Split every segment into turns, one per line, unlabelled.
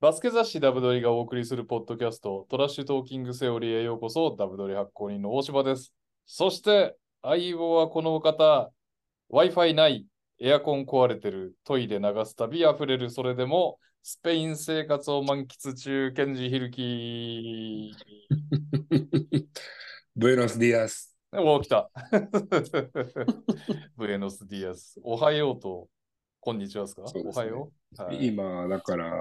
バスケ雑誌ダブドリがお送りするポッドキャスト、トラッシュトーキングセオリーへようこそ、ダブドリ発行人の大柴です。そして、相棒はこのお方、Wi-Fi ない、エアコン壊れてる、トイレ流す旅あふれる、それでも、スペイン生活を満喫中、ケンジヒルキー。
Buenos días.
おー、来た。 ブエノスディアス。おはようと、こんにちはですか
そうで
お
す
は
ね
よう。はい
今、だから、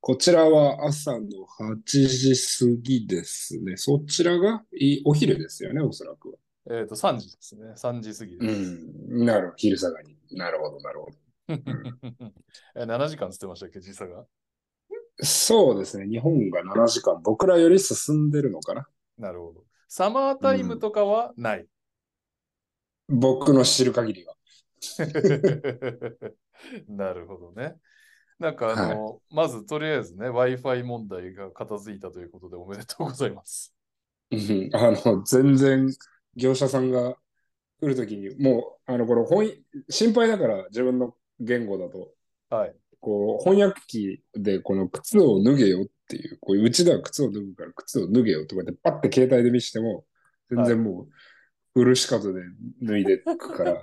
こちらは朝の8時過ぎですね。そちらがいお昼ですよね、おそらくは。
えっ、と、3時ですね。3時過ぎです。
ん、なるほど、昼下がり。なるほど、なるほど。
え7時間つってましたっけ、時差が。
そうですね、日本が7時間、僕らより進んでるのかな。
なるほど。サマータイムとかは ない。
僕の知る限りは。
なるほどね。なんかあの、まずとりあえずね、Wi-Fi 問題が片付いたということでおめでとうございます。
うんあの、全然、業者さんが来るときに、もう、あの、これ、翻心配だから、自分の言語だと。
はい。
こう、翻訳機でこの靴を脱げよっていう、こういううちでは靴を脱ぐから靴を脱げよとかってパッて携帯で見しても、全然もう、漆風で脱いでくから、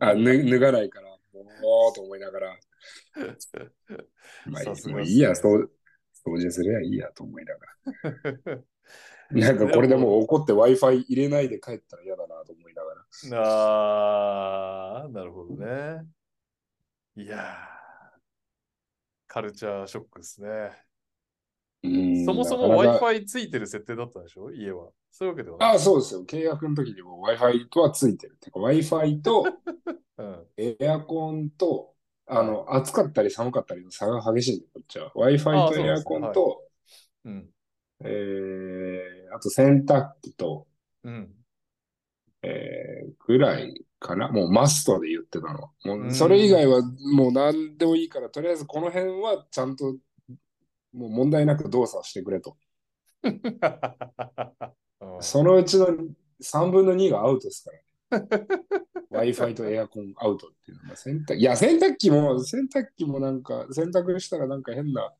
あ、脱脱がないから、もうと思いながら、まあいい
さすが
もう
っすね
いいや、そう、掃除すりゃいいやと思いながら。なんかこれでもう怒って Wi-Fi 入れないで帰ったら嫌だなと思いながら。
あー、なるほどね。いやー、カルチャーショックですね。
うん
そもそ
な
も
かなか
Wi-Fi ついてる設定だったんでしょ家は。そういうわけではない。
ああ、そうですよ。契約の時にもう Wi-Fi とはついてる。てか Wi-Fi と、
うん、
エアコンと、あの、暑かったり寒かったりの差が激しいんで、こっちは。Wi-Fi
あ
と
そう
エ
なん
ア
ですね
コンと、
うん、
えー、あと洗濯機と、
うん。
えー、ぐらいかな。もうマストで言ってたのは。
う
も
ん
う、それ以外はもう何でもいいから、とりあえずこの辺はちゃんと、もう問題なく動作してくれと。
うん
そのうちの3分の2がアウトですから、ね。Wi-Fi とエアコンアウトっていうのが洗濯、いや、洗濯機も、洗濯機もなんか、洗濯したらなんか変な、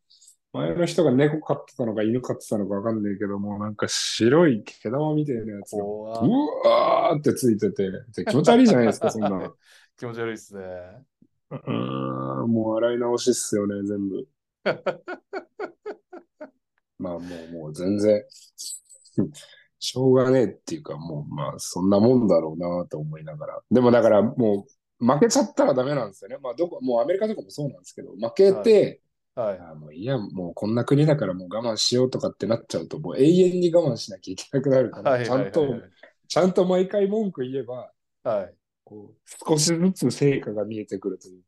前の人が猫飼ってたのか犬飼ってたのかわかんないけども、なんか白い毛玉みたいなやつが、
怖っ
うわーってついてて、で気持ち悪いじゃないですか、そんなの。う
気持ち悪いっすね。
ーん、もう洗い直しっすよね、全部。まあもう、もう全然、しょうがねえっていうか、もうまあそんなもんだろうなと思いながら。でもだからもう負けちゃったらダメなんですよね。まあどこ、もうアメリカとかもそうなんですけど、負けて、
はい。
あもういや、もうこんな国だからもう我慢しようとかってなっちゃうと、もう永遠に我慢しなきゃいけなくなるから、
はい。
ちゃん
はい
と、ちゃんと毎回文句言えば、
はいはい。
こう少しずつ成果が見えてくるという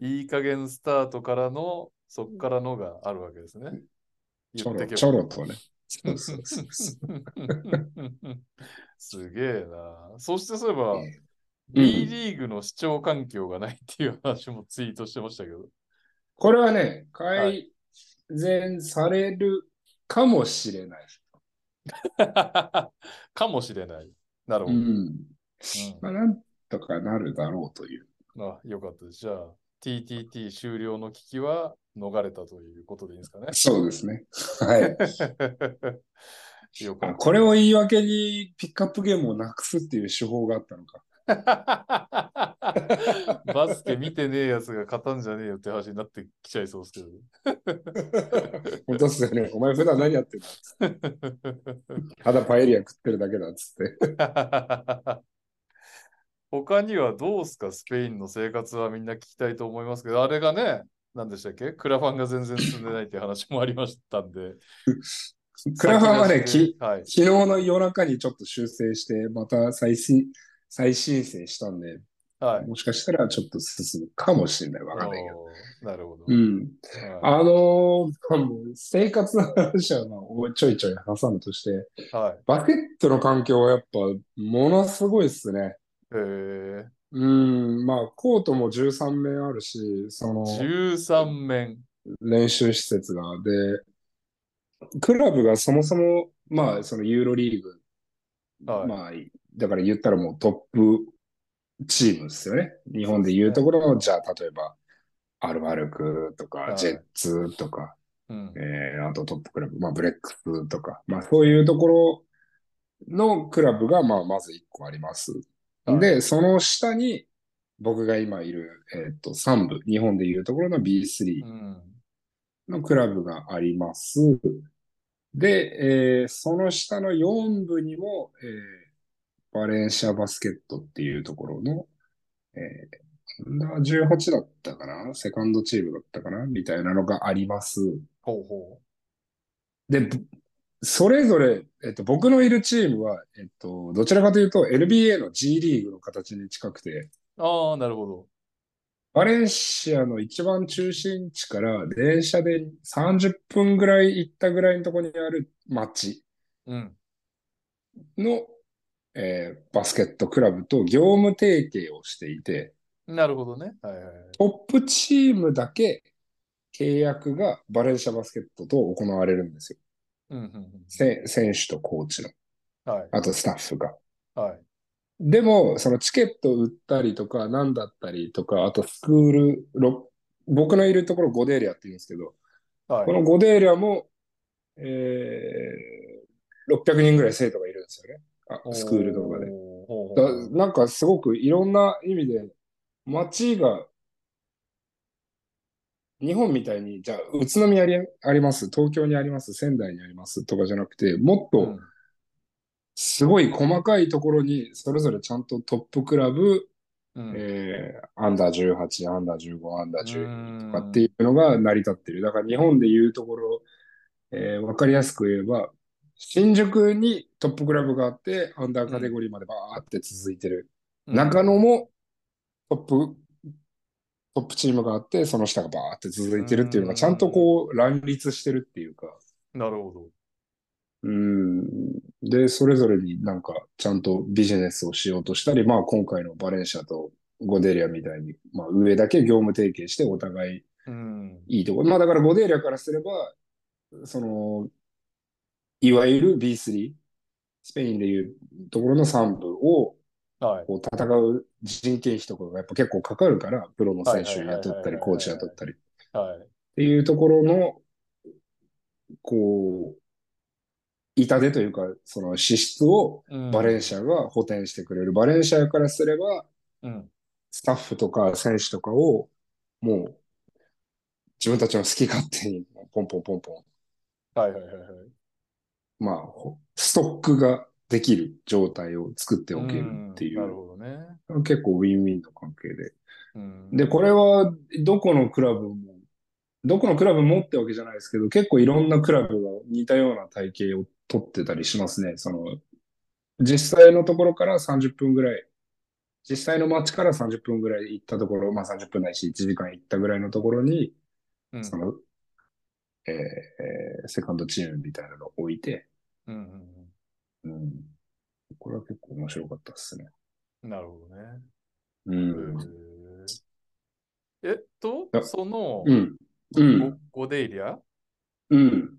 いい加減スタートからの、そっからのがあるわけですね。
ちょ
言ってけ
ろ
ば
ちょろとね。そうそうそうそう
すげえな。そしてそういえば、
え
B リーグの視聴環境がないっていう話もツイートしてましたけど。
これはね、
は
改善されるかもしれない。
かもしれない。なるほ
う
ど。
ん。まあ、なんとかなるだろうという。
あ、よかったです。じゃあ、TTT 終了の危機は逃れたということでいいんですかね。
そうですね。はい。
よかった。
これを言い訳にピックアップゲームをなくすっていう手法があったのか。
バスケ見てねえやつが勝たんじゃねえよって話になってきちゃいそうですけど。
本当っすよね。お前普段何やってんだただパエリア食ってるだけだっつって。
他にはどうすかスペインの生活はみんな聞きたいと思いますけど、あれがね、何でしたっけクラファンが全然進んでないって話もありましたんで。
クラファンはね、
先出し
き
ではい。
昨日の夜中にちょっと修正して、また再申再申請したんで、
はい。
もしかしたらちょっと進むかもしれない。わかんないけど。
おーなるほど。
うん。
は
あのーもう生活の話はまあちょいちょい挟むとして、
い。はい、
バケットの環境はやっぱものすごいっすね。
えー、
うん、まあコートも13面あるし、その
13面。
練習施設が、で、クラブがそもそも、まあそのユーロリーグ、
はい。
まあだから言ったらもうトップチームですよね。日本でいうところの、じゃあ、例えば、アルバルクと
は
か、
い
ジェッツとか、
うん
え。ー、あとトップクラブ、まあ、ブレックスとか、まあ、そういうところのクラブが、まあ、まず1個あります。
はい
で、その下に、僕が今いる、えっと、3部、日本でいうところの B3
うん。
のクラブがあります。で、えーその下の4部にも、えーバレンシアバスケットっていうところの、えー、18だったかなセカンドチームだったかなみたいなのがあります。
ほうほ
で、ぶそれぞれ、えっと、僕のいるチームは、えっと、どちらかというと NBA の G リーグの形に近くて、
う。ああ、なるほど。
バレンシアの一番中心地から電車で30分ぐらい行ったぐらいのところにある街
うん。
の、えーバスケットクラブと業務提携をしていて、
なるほどね。はいはいはい。
トップチームだけ契約がバレンシアバスケットと行われるんですよ。
うんうんうん。
せ選手とコーチの、
はい。
あとスタッフが。
はい。
でも、そのチケット売ったりとか、なんだったりとか、あとスクール、ろ僕のいるところゴデーリアって言うんですけど、
はい。
このゴデーリアも、えー、600人ぐらい生徒がいるんですよね。あスクールとかで。
ほうほうほう。
だなんかすごくいろんな意味で、街が、日本みたいに、じゃあ、宇都宮にあります、東京にあります、仙台にありますとかじゃなくて、もっ
う
と、
ん
すごい細かいところに、それぞれちゃんとトップクラブ、
うん
えーアンダー18、アンダー15、アンダー
う
12
ん
とかっていうのが成り立ってる。だから日本でいうところ、えーわかりやすく言えば、新宿にトップクラブがあって、アンダーカテゴリーまでバーって続いてる。中野もトップ、トップチームがあって、その下がバーって続いてるっていうのが、ちゃんとこう乱立してるっていうか、
なるほど。
うん。で、それぞれになんか、ちゃんとビジネスをしようとしたり、まあ今回のバレンシアとゴデリアみたいに、まあ上だけ業務提携してお互い
うん。
いいところ。まあだからゴデリアからすれば、その、いわゆる B3、スペインでいうところの3部を
はい。
こう戦う人件費とかがやっぱ結構かかるから、プロの選手を雇ったり、コーチ雇ったり。
はい。
っていうところの、こう、痛手というか、その支出を
うん
バレンシアが補填してくれる。バレンシアからすれば、
うん。
スタッフとか選手とかを、もう、自分たちの好き勝手に、ポンポンポンポ
はいはいはいはい。
ン、まあ、ほストックができる状態を作っておけるってい
んなる
う、
ほどね。
結構ウィンウィンの関係で。
うん
で、これは、どこのクラブも、どこのクラブもってわけじゃないですけど、結構いろんなクラブが似たような体系を取ってたりしますね。その、実際のところから30分ぐらい、実際の街から30分ぐらい行ったところ、まあ30分ないし1時間行ったぐらいのところに、
うん
その、えーえーセカンドチームみたいなのを置いて、
うんうん
うん。これは結構面白かったですね。
うんなるほどね。
うん。
へーえっと
あ、
その
う、ん。うん。
ゴゴデイリア
うん。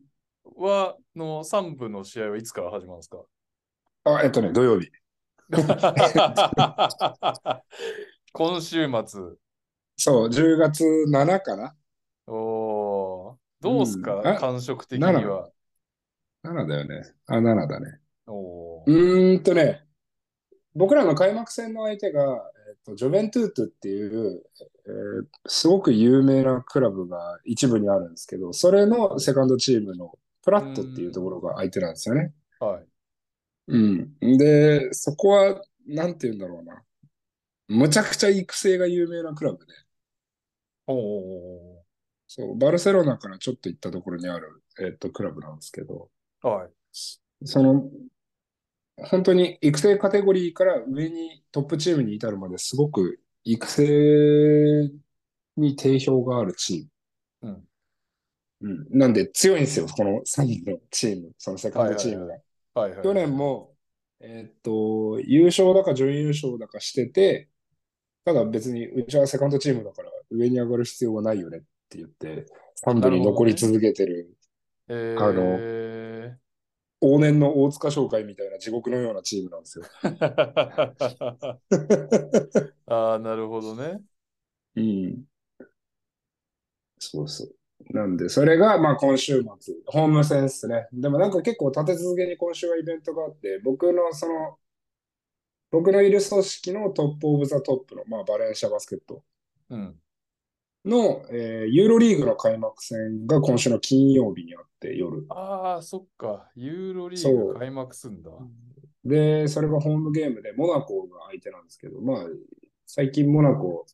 は、の3部の試合はいつから始まるんですか
あ、えっとね、土曜日。
今週末。
そう、10月7かな
おーどうすか、
うんあ
感触的には。
?7 だよね。あ、7だね。
おー
うーんとね、僕らの開幕戦の相手が、えっと、ジョベントゥートゥっていう、えーすごく有名なクラブが一部にあるんですけど、それのセカンドチームのプラットっていうところが相手なんですよね。
はい。
うん。で、そこは、なんて言うんだろうな。むちゃくちゃ育成が有名なクラブで、
おーお
そう、バルセロナからちょっと行ったところにある、えっと、クラブなんですけど、
ーはい。
その、本当に育成カテゴリーから上にトップチームに至るまですごく育成に定評があるチーム。うん。なんで強いんですよ、この3人のチーム、そのセカンドチームが。
はいはい。
去年も、えーっと、優勝だか準優勝だかしてて、ただ別にうちはセカンドチームだから上に上がる必要はないよねって言って、3部に残り続けてる
え
あ
ー、
往年の大塚商会みたいな地獄のようなチームなんですよ。
あの ああ、なるほどね。
うん。そうそう。なんで、それが、まあ、今週末、ホーム戦っすね。でもなんか結構立て続けに今週はイベントがあって、僕のその、僕のいる組織のトップオブザトップの、まあ、バレンシアバスケット
うん。
の、えーユーロリーグの開幕戦が今週の金曜日にあって、夜。
ああ、そっか。ユーロリー
そ
グ
う
開幕すんだ。
で、それがホームゲームで、モナコが相手なんですけど、まあ、最近モナコ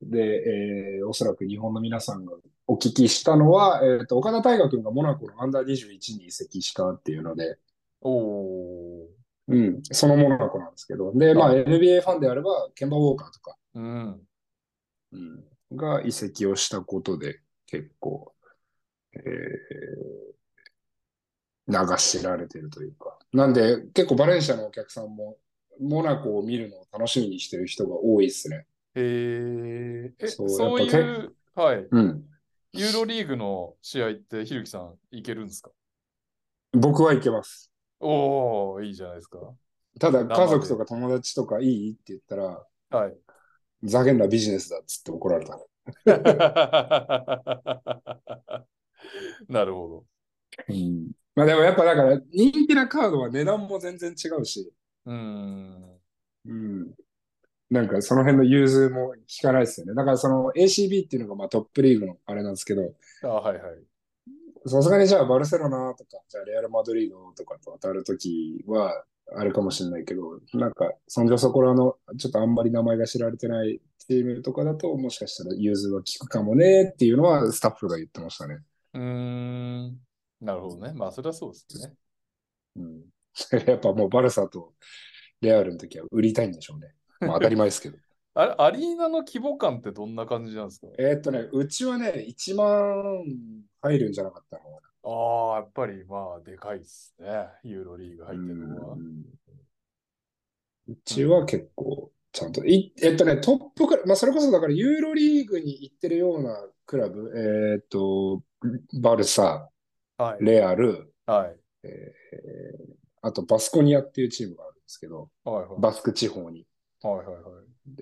で、えーおそらく日本の皆さんがお聞きしたのは、えーと、岡田大河君がモナコのアンダー21に移籍したっていうので、
おお
うん、そのモナコなんですけど、で、まあ、NBA ファンであれば、ケンバ・ウォーカーとか、
ー。うん。
うん、が移籍をしたことで、結構、えー流しられてるというか。なんで、結構バレンシアのお客さんも、モナコを見るのを楽しみにしてる人が多いですね。
へーえ、
そう
そう
やっぱけ
いう、はい。
うん。
ユーロリーグの試合って、ひるきさん、いけるんですか
僕はいけます。
おおいいじゃないですか。
ただ、
生で
家族とか友達とかいいって言ったら、
はい。
ざけんなビジネスだっつって怒られた。
なるほ
うん。まあでもやっぱだから、人気なカードは値段も全然違うし、
ど。うーん。
うん。なんかその辺の融通も効かないですよね。だからその ACB っていうのがまあトップリーグのあれなんですけど、
あ、はいはい。
さすがにじゃあバルセロナとか、じゃあレアル・マドリードとかと当たるときは、あれかもしれないけど、なんか、そんじょそこらの、ちょっとあんまり名前が知られてないチームとかだと、もしかしたら融通は効くかもねっていうのはスタッフが言ってましたね。
うーん。なるほどね。まあ、それはそうですね。
うん。 やっぱもうバルサとレアルの時は売りたいんでしょうね。まあ当たり前ですけど。
あれ、アリーナの規模感ってどんな感じなんですか
えーっとね、うちはね、1万入るんじゃなかったの
ああ、やっぱり、まあ、でかいっすね。ユーロリーグ入ってるのは
う。んうちは結構、ちゃんと、いえっとね、トップクラブ、まあ、それこそだからユーロリーグに行ってるようなクラブ、えーっと、バルサ、
はい。
レアル、
はい。
えーあとバスコニアっていうチームがあるんですけど、
はいはい。
バスク地方に。
はいはいはい。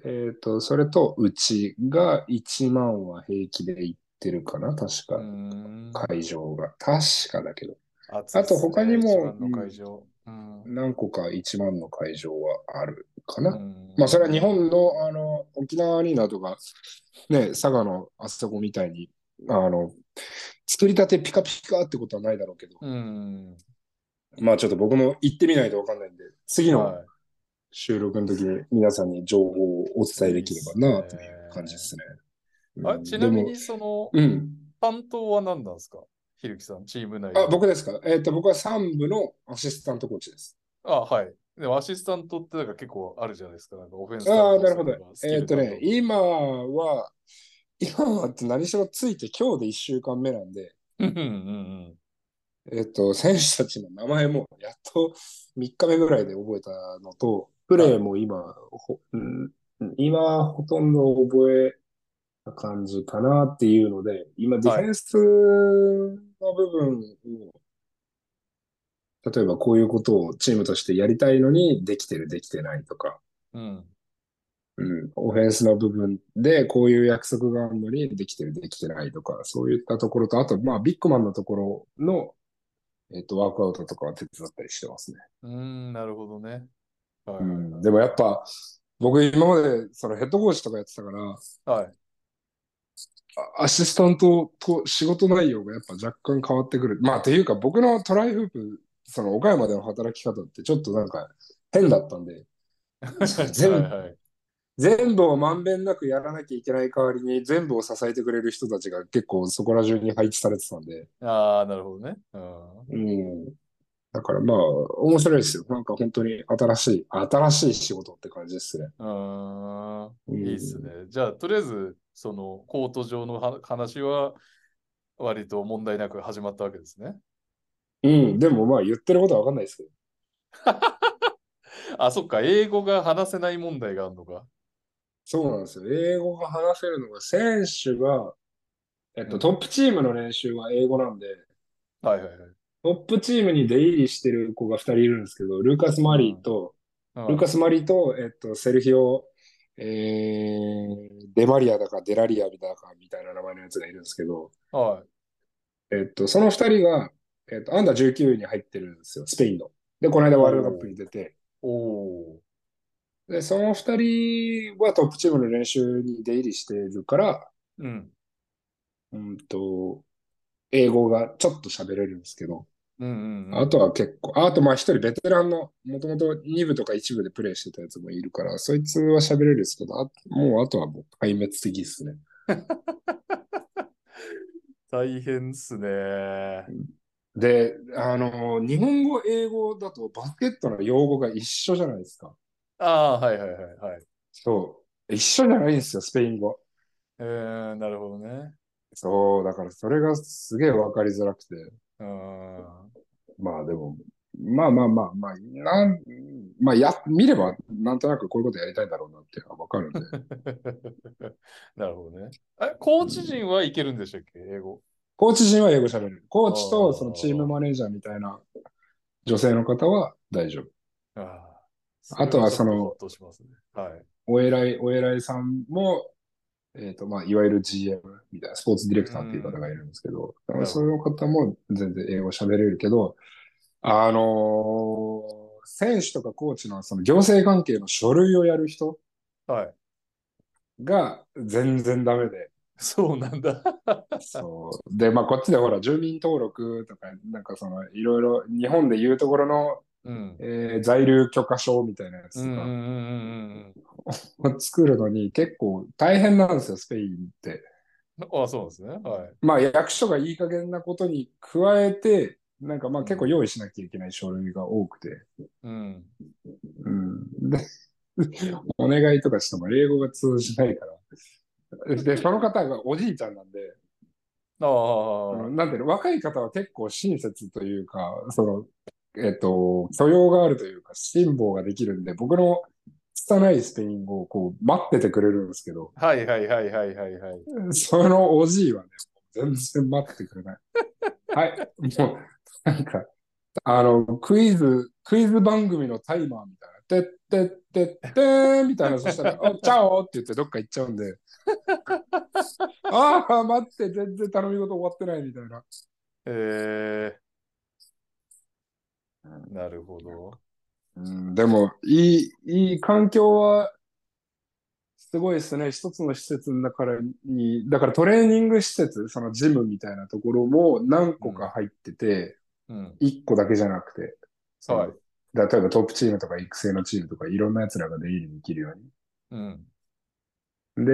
えーっと、それとうちが1万は平気で行ってるかな、確
うー
か、
ん。
会場が。確かだけど、
暑いっすね
あと他にも
一番の会場。うん。
何個か1万の会場はあるかな。
うん
まあ、それは日本の、あの、沖縄アリーナとか、ね、佐賀のあそこみたいに、あの、作りたてピカピカってことはないだろうけど、
うん。
まあ、ちょっと僕も行ってみないとわかんないんで、次の
はい
収録の時に皆さんに情報をお伝えできればな、という感じですね。
あ
うん
ちなみ
でも
に、その、
うん。
担当は何なんですかひるきさん、チーム内で
あ、僕ですかえっ、と、僕は3部のアシスタントコーチです。
あ、はい。でもアシスタントってなんか結構あるじゃないですか。なんかオフェンス
ああ、
担当
なるほど
すば。スキ
えっ
ル
と
担当
ね、今は、今はって何しろついて今日で1週間目なんで、
うんうん
えっと、選手たちの名前もやっと3日目ぐらいで覚えたのと、プレーも今、ほうん今ほとんど覚えた感じかなっていうので、今ディフェンスの部分を、例えばこういうことをチームとしてやりたいのにできてるできてないとか、
うん。うん。
うん、オフェンスの部分でこういう約束があるのにできてるできてないとか、そういったところと、あと、まあ、ビッグマンのところの、えっと、ワークアウトとかは手伝ったりしてますね。
うーん、なるほどね。は
う
い。
ん、でもやっぱ、僕今までそのヘッドコーチとかやってたから、
はい。
あアシスタントと仕事内容がやっぱ若干変わってくる。まあ、っていうか僕のトライフープ、その岡山での働き方ってちょっとなんか変だったん で、全部
はいはい。
全部をまんべんなくやらなきゃいけない代わりに全部を支えてくれる人たちが結構そこら中に配置されてたんで、
ああ、なるほどね。うん。
うん。だからまあ、面白いですよ。なんか本当に新しい、新しい仕事って感じですね。
うーん
うん
いいっすね。じゃあ、とりあえず、その、コート上のは話は、割と問題なく始まったわけですね。
うん、でもまあ言ってることはわかんないですけど。
あ、そっか、英語が話せない問題があるのか。
そうなんですよ。英語が話せるのが、選手が、えっ
う
と、
ん
トップチームの練習は英語なんで、
はいはいはい。
トップチームに出入りしてる子が2人いるんですけど、ルーカス・マリーと、
うん
ルーカス・マリーと、えっと、セルヒオえー、デマリアだかデラリアだかみたいな名前のやつがいるんですけど、
はい。
えっと、その二人が、えっと、アンダー19に入ってるんですよ、スペインの。で、この間ワールドカップに出て、
おお
で、その二人はトップチームの練習に出入りしているから、
ー。うん。
うんと、英語がちょっと喋れるんですけど、
うんうんうん。
あとは結構、ああとまあ一人ベテランの、もともと2部とか1部でプレイしてたやつもいるから、そいつは喋れるんですけど、あもうあとはもう壊滅的ですね。
大変っすね。
で、あの、日本語、英語だとバスケットの用語が一緒じゃないですか。
ああー、はいはいはいはい。
そう。一緒じゃないんですよ、スペイン語。
えー、なるほどね。
そう、だからそれがすげえわかりづらくて。
うーん。
まあでも、まあまあまあまあ、なん、まあや、見ればなんとなくこういうことやりたいんだろうなっていうのはわかるんで。
なるほどね。え、コーチ陣はいけるんでしたっけ英語。
コーチ陣は英語喋れる。コーチとそのチームマネージャーみたいな女性の方は大丈夫。
あ
あとはその
としますね。はい。
お偉い、お偉いさんも、えっと、まあ、いわゆる GM みたいな、スポーツディレクターっていう方がいるんですけど、
ん
あのそういう方も全然英語喋れるけど、あのー選手とかコーチのその行政関係の書類をやる人
はい。
が全然ダメで、
そうなんだ。
そう。で、まあ、こっちでほら、住民登録とか、なんかその、いろいろ、日本でいうところの、
うん。
えー在留許可証みたいなや
う
つ
んうん
と
う
か、
んうん
作るのに結構大変なんですよ、スペインって。
うん。あ、そうなんですね。はい。
まあ役所がいい加減なことに加えて、なんかまあ結構用意しなきゃいけない書類が多くて、
うん。
うん。で、 お願いとかしても英語が通じないから。で、その方がおじいちゃんなんで、
ああ、はい
なんていうの、若い方は結構親切というか、その、えっと、素養があるというか、辛抱ができるんで、僕の拙いスペイン語をこう待っててくれるんですけど、
はいはいはいはいはい。
そのおじいはね、全然待ってくれない。はい、もう、なんか、あの、クイズ、クイズ番組のタイマーみたいな、てってってってーんみたいな、そしたら、おチャオって言ってどっか行っちゃうんで、ああ、待って、全然頼み事終わってないみたいな。
えー、なるほど。
うん、でも、いい、いい環境は、すごいですね。一つの施設の中に、だからトレーニング施設、そのジムみたいなところも何個か入ってて、
うん。
一個だけじゃなくて、その
はい。
例えばトップチームとか育成のチームとかいろんな奴らが出入りできるように。
うん。
で、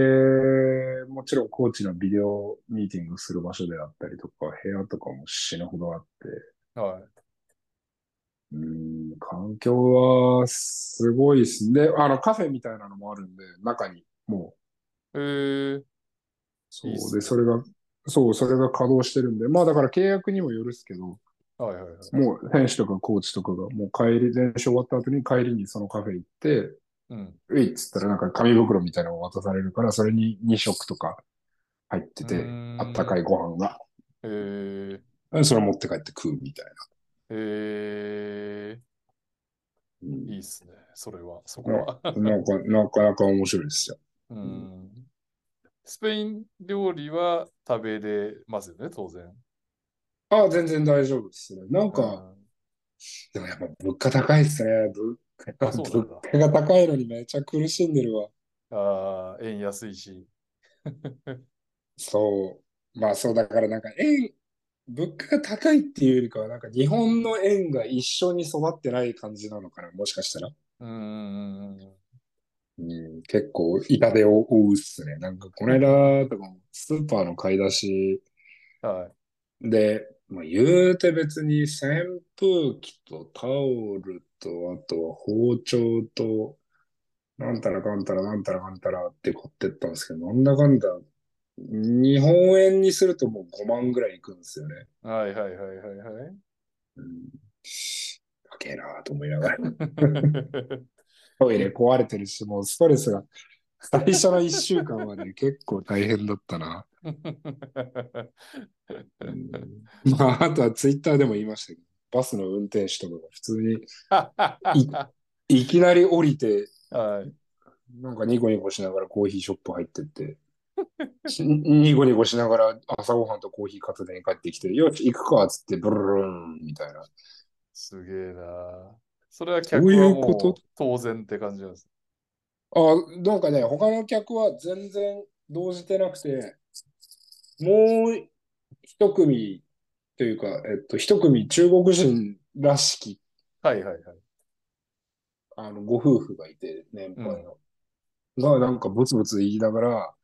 もちろんコーチのビデオミーティングする場所であったりとか、部屋とかも死ぬほどあって、
はい。
うーん、環境はすごいですね。で、あのカフェみたいなのもあるんで、中にも
え
う、
ー、
そう
いいっすね
で、それが、そう、それが稼働してるんで、まあだから契約にもよるっすけど、
はいはいはい。
もう選手とかコーチとかがもう帰り、練習終わった後に帰りにそのカフェ行って、
うん。
ういっつったらなんか紙袋みたいなのを渡されるから、それに2食とか入ってて、あったか
い。
いご飯が。
えー、
それ持って帰って食うみたいな。
え
う
ー、
ん
いいっすね。それは、そこは。
なんか、なかなか面白いですよ。
うん。スペイン料理は食べれますよね、当然。
ああ、全然大丈夫ですね。なん
う
か、でもやっぱ物価高いですね。物価
あそうなんだ
物価が高いのにめっちゃ苦しんでるわ。
んああ、円安いし。
そう。まあそう、だからなんか円、物価が高いっていうよりかは、なんか日本の円が一緒に育ってない感じなのかな、もしかしたら。
うんうんうんうん。
うん、結構痛手を負うっすね。なんかこの間とかもスーパーの買い出し
はい。
で、まあ、言うて別に扇風機とタオルとあとは包丁となんたらかんたらなんたらかんたらって買ってったんですけど、なんだかんだ日本円にするともう5万ぐらいいくんですよね。
はいはいはいはいはい。
うん、高えなと思いながら。
う
トイレ壊れてるし、もうストレスが最初の1週間はね、結構大変だったな。うんまあ、あとはツイッターでも言いましたけど、バスの運転手とかが普通にいきなり降りて、
はい。
なんかニコニコしながらコーヒーショップ入ってって、 しニコニコしながら朝ごはんとコーヒー片手に帰ってきて、よし、行くかっつって、ブルルンみたいな。
すげえな。それは客
そうい
は
う
も
こと
う当然って感じなんです。
あ、なんかね、他の客は全然動じてなくて、もう一組というか、えっと、一組中国人らしき、
はいはいはい。
あの、ご夫婦がいて、年配の。が、なんかブツブツ言いながら、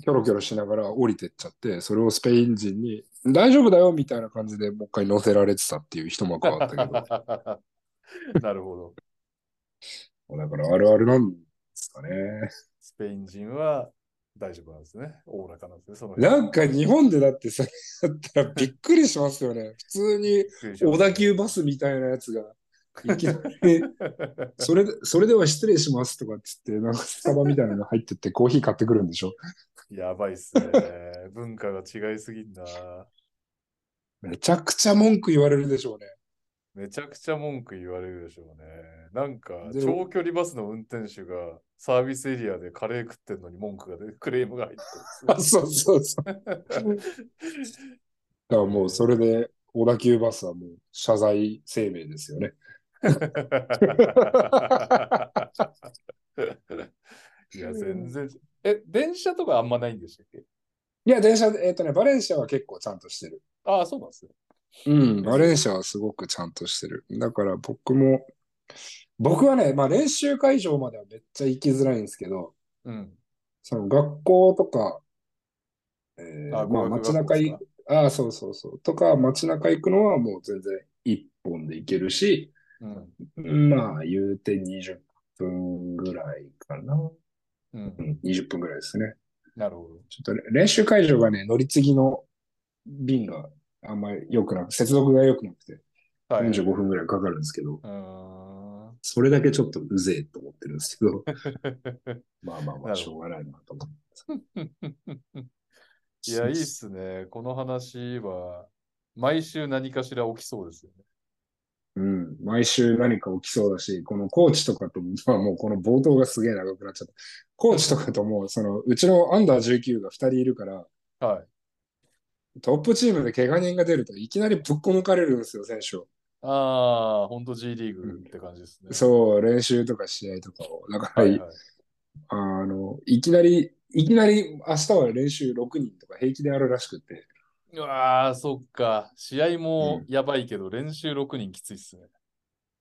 キョロキョロしながら降りてっちゃって、それをスペイン人に、大丈夫だよみたいな感じでもう一回乗せられてたっていう一幕があったけ ど、
なるほど。
だからあるあるなんですかね。
スペイン人は大丈夫なんですね。おおらかなんですね。その
なんか日本でだってそれやったらびっくりしますよね。普通に、小田急バ
ス。
スみたいなやつが、いきなり、それで、それでは失礼しますとかっつって、なんかスタバみたいなの入ってってコーヒー買ってくるんでしょ
やばいっすね。文化が違いすぎんな。
めちゃくちゃ文句言われるでしょう ね。
めちゃくちゃ文句言われるでしょうね。なんか、
で
長距離バスの運転手がサービスエリアでカレー食ってんのに文句が出て、 クレームが入ってくるん
あ、
です
そうそうそう。だからもうそれで、小田急バスはもう謝罪声明ですよね。
いや、全然。え、電車とかあんまないんでしたっけ
いや、電車で、えっ、とね、バレンシアは結構ちゃんとしてる。
ああ、そうなんですね。
うん、バレンシアはすごくちゃんとしてる。だから僕も、僕はね、まあ練習会場まではめっちゃ行きづらいんですけど、
うん。
その学校とか、えー
あ
まあ
語学学
街
校
中
ですか
い、ああ、そうそうそう、とか街中行くのはもう全然一本で行けるし、
うん。
まあ言うて20分ぐらいかな。
うん
う。ん、20分ぐらいですね。
なるほど。
ちょっと練習会場がね、乗り継ぎの便があんまり良くなく、接続が良くなくて、
はい。
45分ぐらいかかるんですけど、
うー ん。
それだけちょっとうぜえと思ってるんです けど、まあまあま
なるほど
あ、しょうがないなと思って。
いや、いいっすね。この話は、毎週何かしら起きそうですよね。
うん、毎週何か起きそうだし、このコーチとかと、まあもうこの冒頭がすげえ長くなっちゃった。コーチとかともう、その、うちのアンダー19が2人いるから、
はい。
トップチームで怪我人が出るといきなりぶっこ抜かれるんですよ、選手を。
ああ、ほんと G リーグって感じですね。
そう、練習とか試合とかを。だか
は
ら、
い、はい。
あの、いきなり、いきなり明日は練習6人とか平気であるらしくて。
うわあ、そっか。試合もやばいけど、練習6人きついっすね。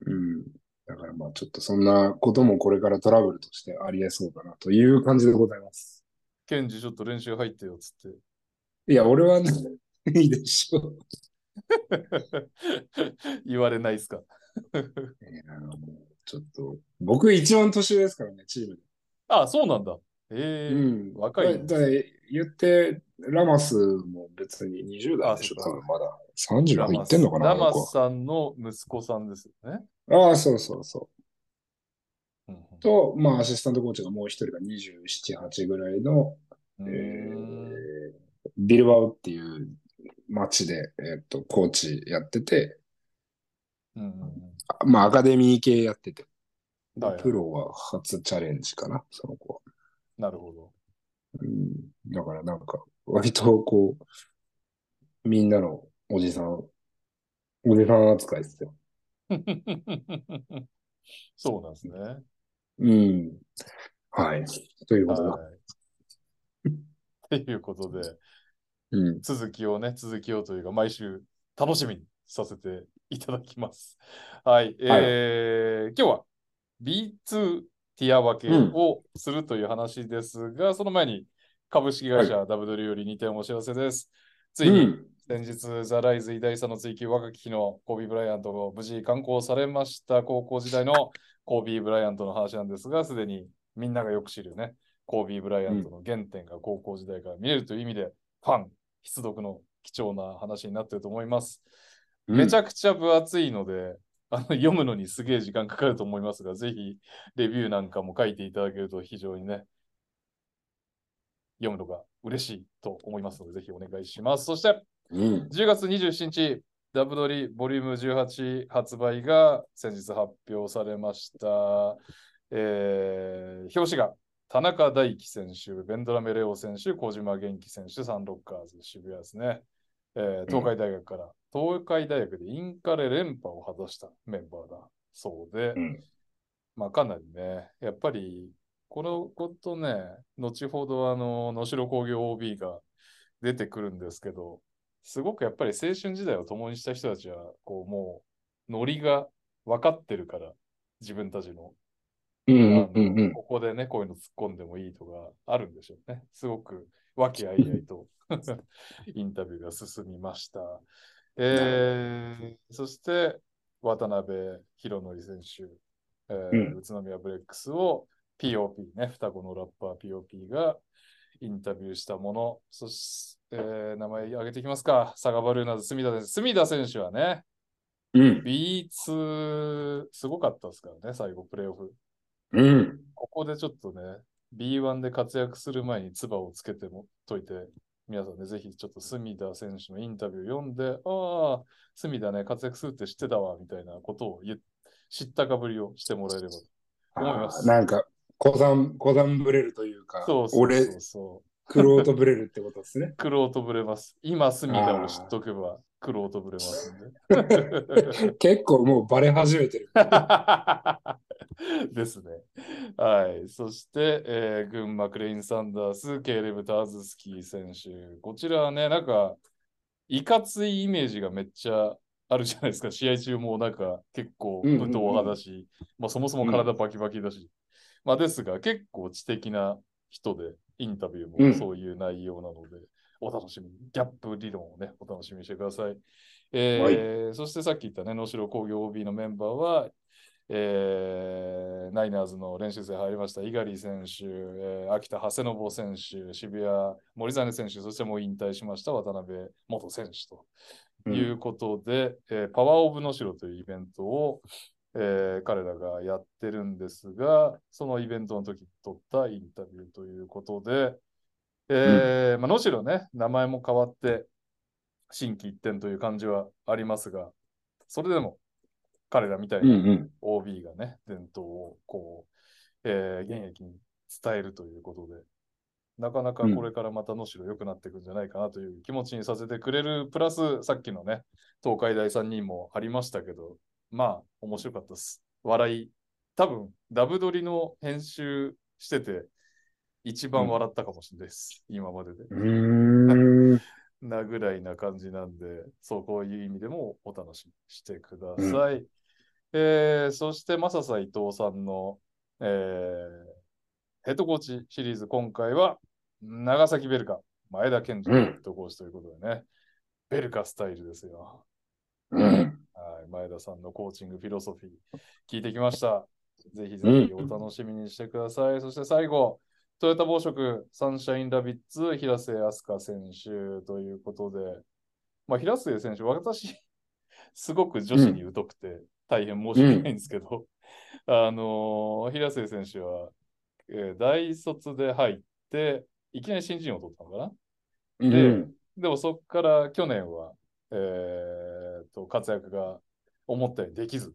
うん。だからまあちょっとそんなこともこれからトラブルとしてありえそうだなという感じでございます。
ケンジちょっと練習入ってよ、つって。
いや、俺はね、 いいでしょう。
言われないっすか。
いやーもうちょっと、僕一番年上ですからね、チームで。
あ、そうなんだ。ええ
うん
若いね
だだ言って、ラマスも別に20代でしょ、
あそ
多
うか
分まだ。30
ラ
代い
マ
っ
ス
てんのかな、
ラマ
あの子
スさんの息子さんですよね。
ああ、そうそうそ
うん
う。と、まあ、アシスタントコーチがもう一人が27、8ぐらいの、
う
え
んう
ービルバオっていう町で、えっと、コーチやってて、
ーんうん
あまあ、アカデミー系やってて、で
はいはい
プロは初チャレンジかな、その子は。
なるほど。
うんだからなんか、割とこう、みんなのおじさん、おじさん扱いですよ。
そうなんですね。
うん。はい。ということだ。
はい。ということで、
うん。
続きをね、続きをというか、毎週楽しみにさせていただきます。はい。えー今日は B2 ティア分けをするという話ですが、その前に株式会社 W より2点お知らせです。ついに先日、ザ・ライズ偉大さの追求若き日のコービー・ブライアントが無事刊行されました高校時代のコービー・ブライアントの話なんですが、すでにみんながよく知るね、コービー・ブライアントの原点が高校時代から見れるという意味で、ファン、必読の貴重な話になっていると思います。
うん。
めち
ゃ
ゃくちゃ分厚いので、あの読むのにすげえ時間かかると思いますが、ぜひレビューなんかも書いていただけると非常にね、読むのが嬉しいと思いますので、ぜひお願いします。そして、
うん。
10月27日、ダブドリボリューム18発売が先日発表されました。えー表紙が田中大輝選手、ベンドラメレオ選手、小島元気選手、サンロッカーズ渋谷ですね。えー東海大学から、東海大学でインカレ連覇を果たしたメンバーだそうで、
うん
まあかなりね、やっぱりこのことね、後ほどあの、能代工業 OB が出てくるんですけど、すごくやっぱり青春時代を共にした人たちは、こうもう、ノリが分かってるから、自分たちの。
うんう
あ
んうんう
の
ん。
ここでね、こういうの突っ込んでもいいとかあるんでしょうね。すごく和気あいあい とインタビューが進みました。えー、そして渡辺宏典選手、えー
うん
宇都宮ブレックスを POP ね、双子のラッパー POP がインタビューしたもの、そして、えー名前挙げていきますか、佐賀バルーナーズ、隅田選手。隅田選手はね、
うん。
B2 すごかったですからね、最後プレーオフ。
うん。
ここでちょっとね、B1 で活躍する前に唾をつけてもといて、皆さんね、ぜひちょっと隅田選手のインタビュー読んで、ああ、隅田ね、活躍するって知ってたわ、みたいなことを言っ知ったかぶりをしてもらえれば。思います
あーなんか、小山、小山ぶれるというか、
そうそう
俺
そう、そう。。
クロートぶれるってことですね
苦労とぶれます。今、隅田を知っとけば、苦労とぶれますんで。
結構もうバレ始めてる。
ですね。はい。そして、えー群馬クレイン・サンダース、ケーレブ・ターズスキー選手。こちらはね、なんか、いかついイメージがめっちゃあるじゃないですか。 試合中もなんか結構
うんうん
武闘派だし、まあ、そもそも体バキバキだし。まあ、ですが、結構知的な人で、インタビュ
う
ー
ん
もそういう内容なので、お楽しみに、ギャップ理論をね、お楽しみにしてください。えーそしてさっき言ったね、能代工業 OB のメンバーは、えーナイナーズの練習生入りました、猪狩選手、えー秋田長谷信選手、渋谷森実選手、そしてもう引退しました渡辺元選手と
うん
いうことで、えーパワーオブ能代というイベントを、えー彼らがやってるんですが、そのイベントの時に撮ったインタビューということで、えーまあ、能代ね、名前も変わって、新規一点という感じはありますが、それでも彼らみたい
うん
な
うん。
OB がね、伝統をこう、えー現役に伝えるということで、なかなかこれからまた能代良くなっていくんじゃないかなという気持ちにさせてくれる、プラスさっきのね、東海大3人もありましたけど、まあ面白かったです。笑い、多分ダブドリの編集してて、一番笑ったかもしれないです、今までで。
うーん。
なぐらいな感じなんで、そうこういう意味でもお楽しみにしてください。えーそして、マササ伊藤さんの、えーヘッドコーチシリーズ、今回は長崎ベルカ、前田健二ヘッドコーチということでね、ベルカスタイルですよ。
うん。
はい、前田さんのコーチングフィロソフィー、聞いてきました。ぜひぜひお楽しみにしてください。そして最後、トヨタ暴食サンシャインラビッツ、平瀬飛鳥選手ということで、まあ、平瀬選手、私、すごく女子に疎くて大変申し訳ないんですけど、あのー平瀬選手は、えー大卒で入って、いきなり新人を取ったのかな
うん。
でもそこから去年は、えーっと活躍が思ったよりできずっ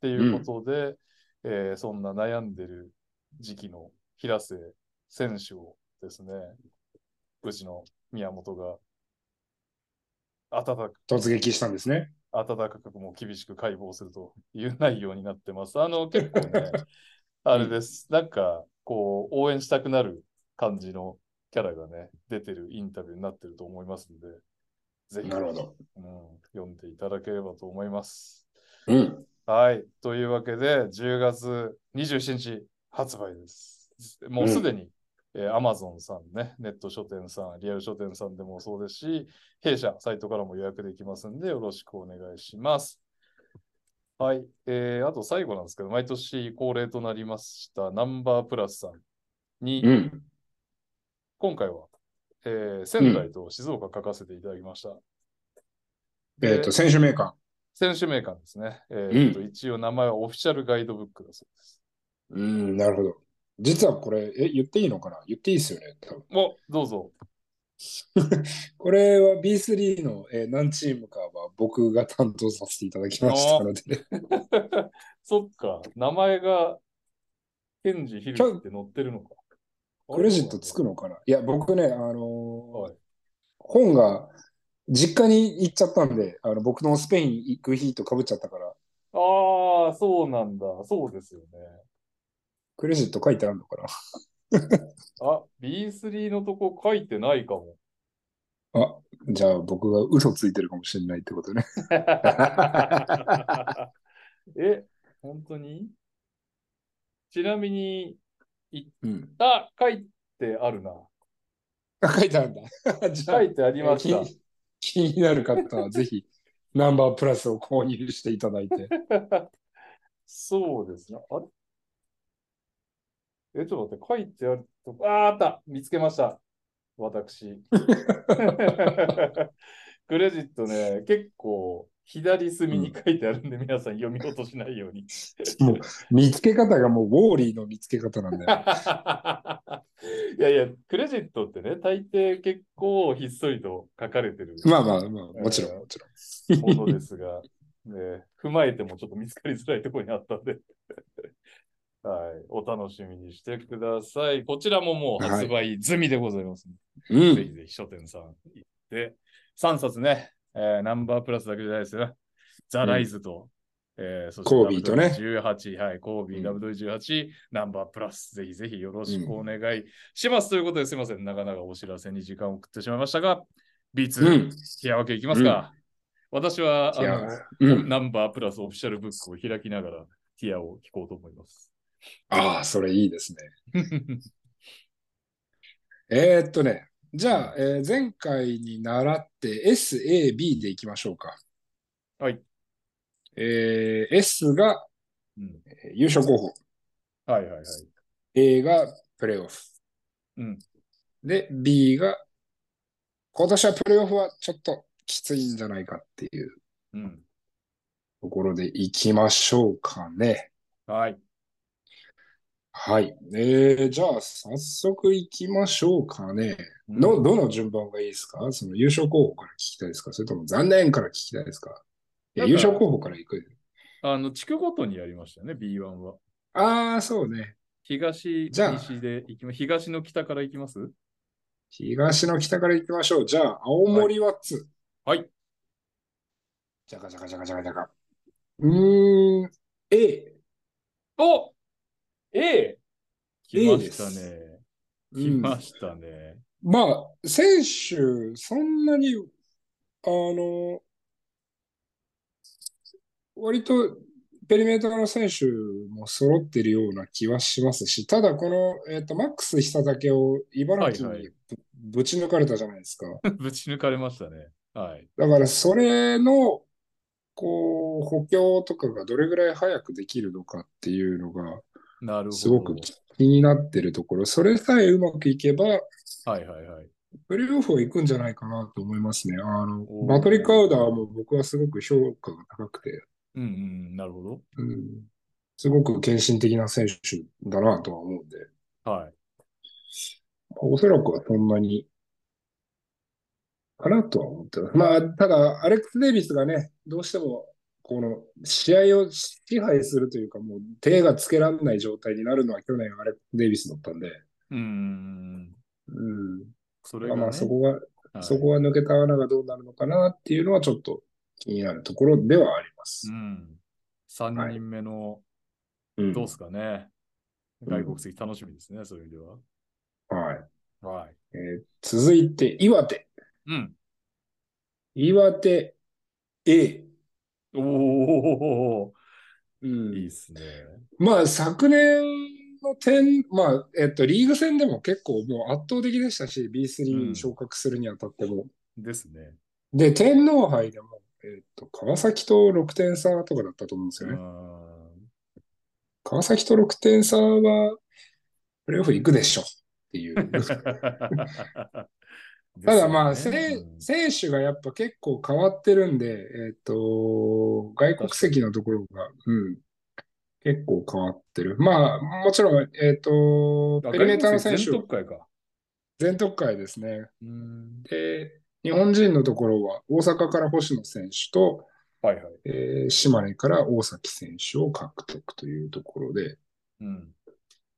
ていうことで、えーそんな悩んでる時期の平瀬選手をですね、うちの宮本が温かく
突撃したんですね。
温かくも厳しく解剖するという内容になってます。あ の、結構ね、あれです。なんか、こう、応援したくなる感じのキャラがね、出てるインタビューになってると思いますんで、ぜひ、
なるほど。
うん、読んでいただければと思います。
うん。
はい。というわけで、10月27日発売です。もうすでに、えー Amazon さんね、ネット書店さん、リアル書店さんでもそうですし、弊社、サイトからも予約できますんで、よろしくお願いします。はい。えーあと最後なんですけど、毎年恒例となりました、ナンバープラスさんに、
うん。
今回は、えー仙台と静岡書かせていただきました。
えっと、選手メーカ
選手名鑑ですね。えーっと
う
一応名前はオフィシャルガイドブックだそうです。
ー。うん、なるほど。実はこれ、え、言っていいのかな言っていいですよね。多分
お、どうぞ。
これは B3 の、えー何チームかは僕が担 当させていただきましたので、
そっか、名前がケンジヒルって乗ってるのか。
クレジットつくのかないや、僕ね、あのー
はい
本が実家に行っちゃったんで、あの僕のスペイン行く日とかぶっちゃったから、
ああ、そうなんだ。そうですよね。
クレジット書いてあるのか
あ、B3 のとこ書いてないか も。
なあ、 じゃあ僕が嘘ついてるかもしれないってことね。
え、本当にちなみに、
うん。
あ、書いてあるな。
あ、 書いてあるんだ。 じゃあ
書、いてありま した。
気に気になる方はぜひ、ナンバープラスを購入していただ いて。
そうですね。あれえ、ちょっと待って、書いてあるとこ。あーあった見つけました。 私。クレジットね、結構左隅に書いてあるんで、皆さん読み落としない ように。
もう、見つけ方がもうウォーリーの見つけ方なんだ よ。
いやいや、クレジットってね、大抵結構ひっそりと書かれてる
まあまあまあ、もちろん、もちろん。
ものですが、ね、踏まえてもちょっと見つかりづらいところにあったんで、はい、お楽しみにしてください。こちらももう発売済みでございます、
う
ぜひ
ん。
ぜひ書店さん行って、3冊ね、えーナンバープラスだけじゃないですよ。ザ・ライズと、えーそして
コービーとね
W18、はい、コービ
う
ー、
ん
W18、ナンバープラス、ぜひぜひよろしくお願いします。ということですいません、なかなかお知らせに時間を食ってしまいましたが、B2、
うん。
冷や分けいきますか。私はあ
い
の
や、うん。
ナンバープラスオフィシャルブックを開きながらティアを聞こうと思います。
ああ、それいいですね。えーっとね、じゃあ、えー前回に習って SAB でいきましょうか。
はい。
えー S が
うん、
えー優勝候補、
はいはいはい。
A がプレーオフ。
うん
で、B が今年はプレーオフはちょっときついんじゃないかっていう
うん、
ところでいきましょうかね。
はい。
はい。えーじゃあ、早速いきましょうかね。の、どの順番がいいですかその優勝候補から聞きたいですかそれとも残念から聞きたいですかいや
なん
優
か
勝候補からいく。
あの、地区ごとにやりましたね、B1 は。
ああ、そうね。
東、
じゃあ
西で行きま東の北から行きます
東の北から行きましょう。じゃあ、青森ワッツ。
はい。
じゃかじゃかじゃかじゃかじゃか。うーん、A。
お !A! 来ましたね。来
うん
ましたね。
まあ、選手、そんなに、あの、割とペリメーターの選手も揃ってるような気はしますし、ただこの、えっと、マックス久武を茨城
はいは
にぶぶち抜かれたじゃないですか。
ぶち抜かれましたね。はい。
だからそれの、こう、補強とかがどれぐらい早くできるのかっていうのが、
なるほど。
すごく気になってるところ、それさえうまくいけば、
はいはいはい。
プレーオフは行くんじゃないかなと思いますね。あの
お、ー
バトリック・アウダーも僕はすごく評価が高くて、
うんうん、なるほど。
うん、すごく献身的な選手だなとは思うんで、
はい。
おそらくはそんなに、かなとは思ってます。まあ、ただ、アレックス・デイビスがね、どうしても、この試合を支配するというか、もう手がつけられない状態になるのは去年アレックス・デイビスだったんで、
うん。
うん、
それが、
ま
ね、
あまあそこが
はい
そこは抜けた穴がどうなるのかなっていうのはちょっと気になるところではありま
う
す。
ん。3人目の、
うん
どうですかね。
ん
外国籍楽しみですね、そういう意味では。
はい
はい。
えー続いて、岩手。
うん。
岩手 A。
おお、
う
いい
ん
っ、すね。
まあ、昨年の点、まあ、えっと、リーグ戦でも結構もう圧倒的でしたし、
う
B3
ん
昇格するにあたっても。
ですね。
で、天皇杯でも、えっと、川崎と6点差とかだったと思うんです
う
よね。
ん。
川崎と6点差は、プレーオフ行くでしょっていう。 ただまあ、
ですよね
せ
うん
選手がやっぱ結構変わってるんで、えっと、外国籍のところが、うん、結構変わってる。まあ、もちろん、えっと、
あ
ペリメーターの
外
選
国籍全
手、
特会か。
全特会ですね。
うん。
で、日本人のところは、大阪から星野選手と、
はいはい。
えー島根から大崎選手を獲得というところで、
うん。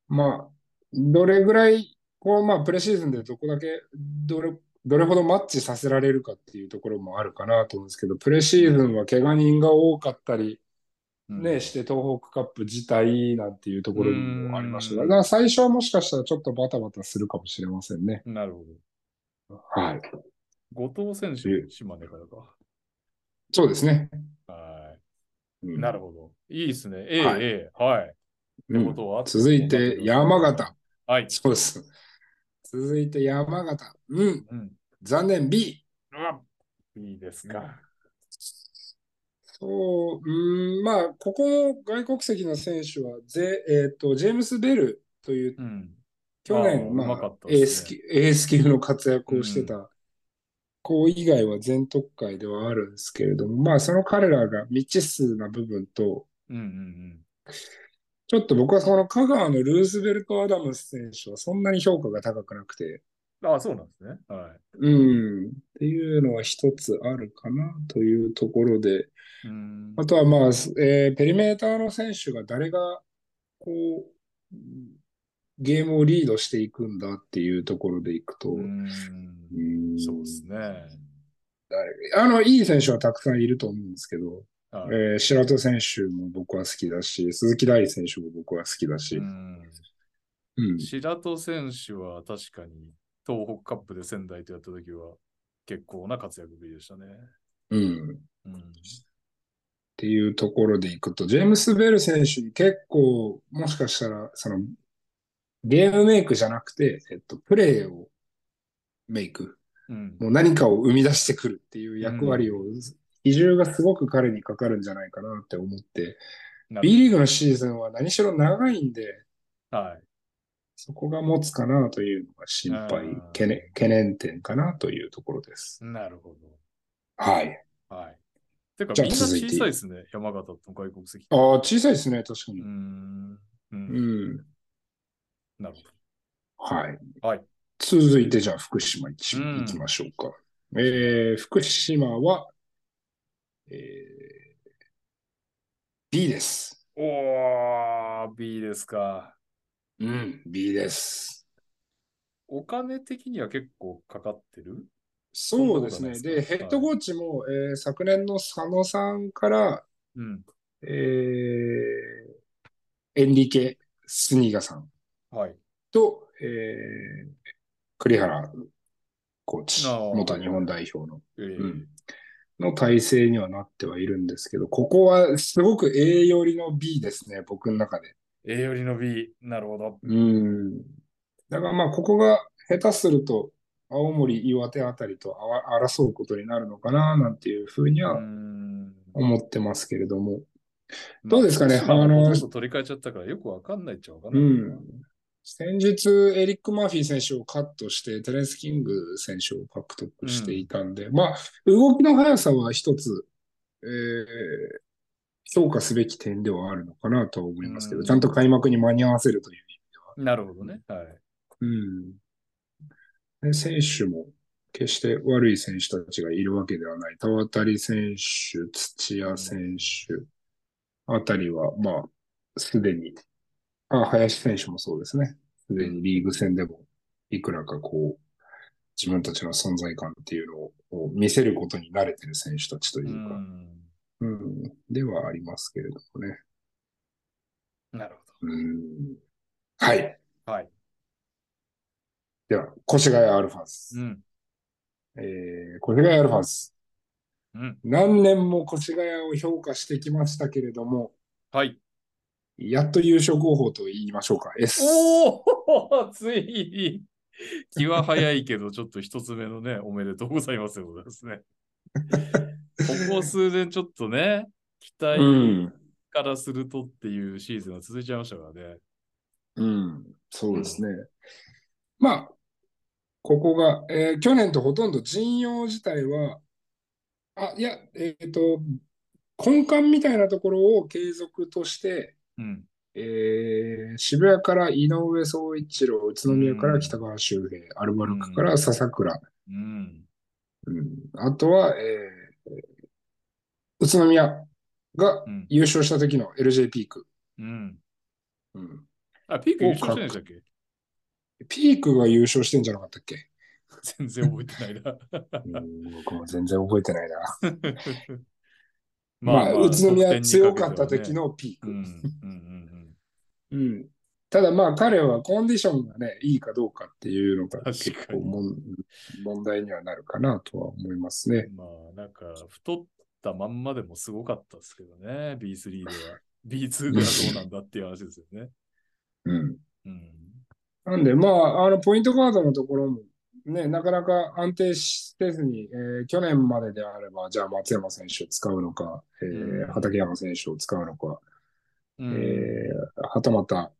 まあ、どれぐらい、こう、まあ、プレシーズンでどこだけ、どれ、どれほどマッチさせられるかっていうところもあるかなと思うんですけど、プレシーズンは怪我人が多かったり、
うん
ね、して東北カップ自体なんていうところにもありました
う
が、
ん
だから最初はもしかしたらちょっとバタバタするかもしれませんね。
なるほ
はい。
ど。後藤選手、島根からか。
そうですね。
は
う
い。
ん
なるほど。いいですね。ええ
はい
ええはい。って
うん
ことは
続いて山。形。
はい。
そうです。続いて山形。うん。
うん。
残念 B。
いいですか。
そう、うん、まあ、ここも外国籍の選手は、ぜ、えっと、ジェームス・ベルという
うん。
去
あー
年、ま
うまか
あ
っ、た
エー
で
ス
す
級
ね、
エース級の活躍をしてた子以外は全特会ではあるんですけれども、まあ、その彼らが未知数な部分と、
うんうん
ちょっと僕はその香川のルーズベルト・アダムス選手はそんなに評価が高くなくて、
うん。あそうなんですね。は
うん、っていうのは一つあるかなというところで、
い。うん
あとはまあ、えーペリメーターの選手が誰が、こう、ゲームをリードしていくんだっていうところでいくと、
うん
うん
そうですね。
あの、いい選手はたくさんいると思うんですけど、
はい
えー白戸選手も僕は好きだし、鈴木大地選手も僕は好きだし、
う
うん
ん白戸選手は確かに東北カップで仙台とやった時は結構な活躍ぶりでしたね。
うんっ
うん、
ていうところでいくと、ジェームス・ベル選手に結構、もしかしたら、その、ゲームメイクじゃなくて、えっと、プレーをメイク、
うん、
もう何かを生み出してくるっていう役割を、比重がすごく彼にかかるんじゃないかなって思って、
なる
B リーグのシーズンは何しろ長いんで、
はい。
そこが持つかなというのが心配
うん、
懸念、懸念点かなというところです。
なるほ
はい。
ど。はい。てか、
じゃあ
みんな小
続いて
さいですね。山形と外国籍。
ああ、小さいですね、確か
う
に。
ん。う。
うんん。
なるほど。
はい。
はい
続いて、じゃあ、福島行き
うん
行きましょうか。えー、福島は、えー、B です。
おー、B ですか。
うん、B です。
お金的には結構かかってる
そうですね。
そんなことない
で、
ですか
ヘッドコーチも、えー昨年の佐野さんから、
うん。
えー、エンリケ・スニガさん。
はい。
と、えー、栗原コーチ、
あー
元日本代表の、
ええ
うんの体制にはなってはいるんですけど、ここはすごく A 寄りの B ですね、僕の中で。
A よりの B。なるほど。
うん。だからまあ、ここが下手すると、青森、岩手あたりとあわ争うことになるのかな、なんていうふうに
う
は
ん。
思ってますけれども。どうですかね
まあ
あの
ほとんど取り替えちゃったからよくわかんないっちゃわかん
う
ない。
ん。先日、エリック・マーフィー選手をカットして、テレンス・キング選手を獲得していたんで、まあ、動きの速さは一つ、えー評価すべき点ではあるのかなとは思いますけど、
うん
ちゃんと開幕に間に合わせるという
なるほどね。はい。
意味。うん。で選手も、決して悪い選手たちがいるわけではない。田渡選手、土屋選手あたりは、まあ、すでに、あ、林選手もそうですね。すでにリーグ戦でも、いくらかこう、自分たちの存在感っていうのをを見せることに慣れてる選手たちといううか、
ん。
うん、ではありますけれどもね。
なるほ
うん。はい。
ど。はい。
では、越谷アルファス。
うん。
えー、越谷アルファス。
うん。
何年も越谷を評価してきましたけれども、
はい。
やっと優勝候補と言いましょうか。S。
おおついに気は早いけど、ちょっと一つ目のね、おめでとうございますようですね。ここ数年ちょっとね、期
う
待
ん。
からするとっていうシーズンが続いちゃいましたからね。
うん。そうですね。まあ、ここが、えー去年とほとんど陣容自体は、あ、いや、えっ、と、根幹みたいなところを継続として、
うん。
えー渋谷から井上宗一郎、宇都宮から北川周平、アルバルクから笹倉、
うん。
うん、あとは、えー宇都宮が
うん。
優勝した時の LJ ピーク、
うん。
うん、
あ、ピーク優勝してないでしたっけ
ピークが優勝してんじゃなかったっけ
全然覚えてないな。
うん僕も全然覚えてないな。
ま
まあ、宇都宮強かった
時
時。のピー
う
ク。
んうんうん
うんただまあ彼はコンディションがね、いいかどうかっていうのが結
確か
構
に
問問題にはなるかなとは思います
う
ね。
ん、まあ、なんか、太ったまんまでもすごかったですけどね、B3 では。B2 ではどうなんだっていう話ですよね。
うん。
うん。
なんでまあ、あのポイントガードのところもね、なかなか安定してずに、えー去年までであれば、じゃあ松山選手を使うのか、えー
うん
畠山選手を使うのか、
うん
えーはたまた、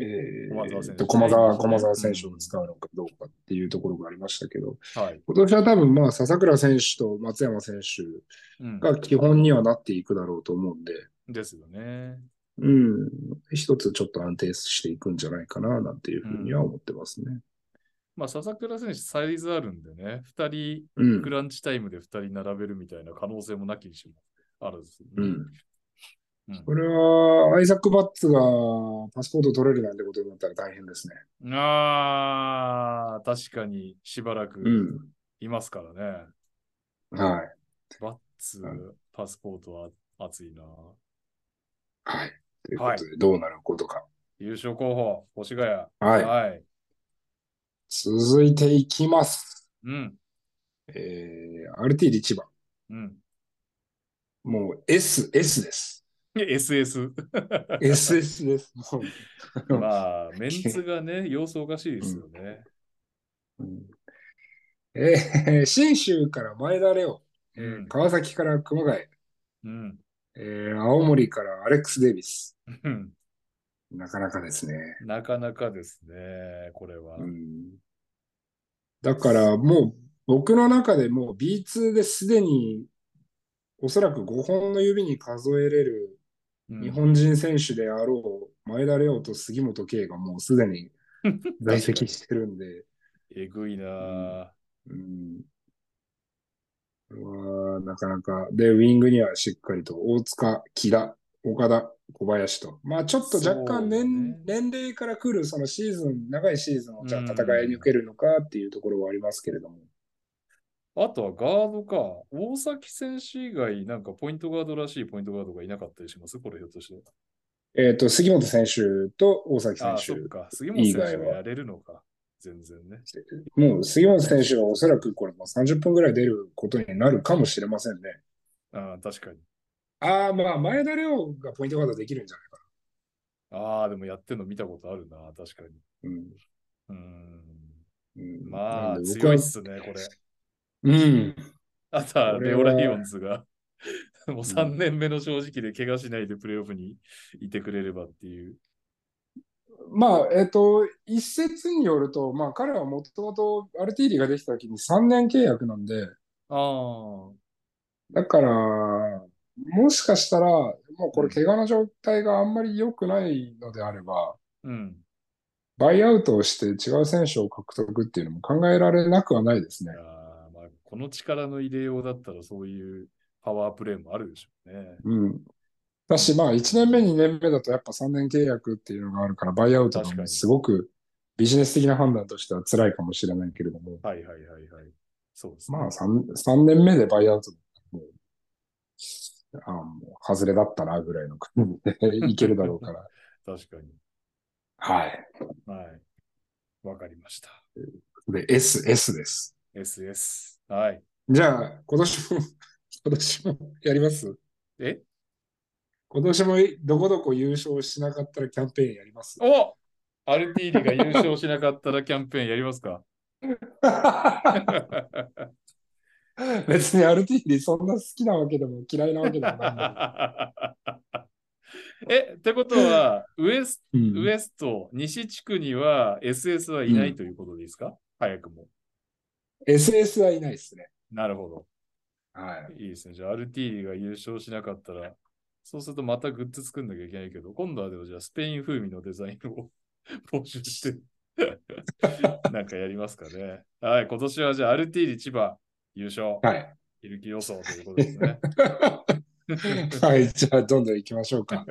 えー
駒澤選手
えっと駒澤駒澤選手を使うのかどうかっていうところがありましたけど、
はい。
今年は多分まあ笹倉選手と松山選手
うん、
が基本にはなっていくだろうと思うんで、
ですよね。
うん、一つちょっと安定していくんじゃないかななんていうふうには思ってますね。
まあ、笹倉選手、サイズあるんでね、2人、
うん
ク。ランチタイムで2人並べるみたいな可能性もなきにしもあるんですよね。
うん。
うん
これは、アイザック・バッツがパスポート取れるなんてことになったら大変ですね。
ああ、確かにしばらくいますからね。
うん。はい。
バッツ
う、
パスポートは熱いな。
はい。ということで、どうなることか。
優勝候補、星ヶ谷。
はい。
はい。
続いていきます。
うん。
えー、RT リチバ。
うん。
もう S、S です。
で SS。
SS です。もう
まあ、メンツがね、様子おかしいですよね。
うんえー、信州から前田レオ、えー
うん
川崎から熊谷、
うん。
えー青森からアレックス・デイビス。
うん
なかなかですね。
なかなかですね、これは。
うん、だからもう僕の中でもう B2 ですでにおそらく5本の指に数えれる
うん
日本人選手であろう前田レオと杉本圭がもうすでに在籍してるんで、
えぐいなあ
うん。これは、なかなか。で、ウィングにはしっかりと、大塚、木田、岡田、小林と。まあ、ちょっと若干年、
そう
年齢から来る、そのシーズン、長いシーズンを、じゃあ
うん
戦い抜けるのかっていうところはありますけれども。
あとはガードか。大崎選手以外、なんかポイントガードらしいポイントガードがいなかったりしますこれひょっとして。
えっ、と、杉本選手と大崎
あ
選
あ、
手
そっ。か。杉本選手
以
が
外は
やれるのか。全然ね。
もう、杉本選手はおそらくこれ、もう30分ぐらい出ることになるかもしれませんね。
ああ、確かに。
ああ、まあ、前田レオがポイントガードできるんじゃないか
ああ、でもやってんの見たことあるな。確かに。
な。うん。
うーん。
うん
ま
な
あ、
んで僕
強
はい
っすね、これ。
うん。
あとは、
こ
レ
れ
オ
は
ライオンズが、 もう3年目の正直で怪我しないでプレイオフにいてくれればっていう。
まあ、えっ、と、一説によると、まあ、彼はもともとアルティーリができた時に3年契約なんで、
ああ。
だから、もしかしたら、もうこれ、怪我の状態があんまり良くないのであれば、
うん。
バイアウトをして違う選手を獲得っていうのも考えられなくはないですね。
あーまあ、この力の入れようだったらそういうパワープレイもあるでしょうね。
うん。だし、まあ、1年目、2年目だとやっぱ3年契約っていうのがあるから、バイアウトが
確かに
すごくビジネス的な判断としては辛いかもしれないけれども、
はいはいはいはい。そうですね。
まあ3、三年目でバイアウト、もう、あもう外れだったな、ぐらいの感じでいけるだろうから。
確かに。
はい。
はい。わかりました。
で、S、S です。
SS。はい。
じゃあ、今年も、 今年もやります
え
今年もどこどこ優勝しなかったらキャンペーンや ります。
おアルティーリが優勝しなかったらキャンペーンやりますか
別にアルティーリそんな好きなわけでも嫌いなわけでもないの
え、ってことは、ウエス
に
ウエスト、西地区には SS はいないということでいいですか、早くも。
SS はいないですね。
なるほど。
はい。
いいですね。じゃあ、RT が優勝しなかったら、そうするとまたグッズ作んなきゃいけないけど、今度はでもじゃあ、スペイン風味のデザインを 募集して、 なんかやりますかね。はい、今年はじゃあ、RT 千葉優勝、
はい。
いる気予想ということです ね。
はい、じゃあ、どんどん行きましょうか。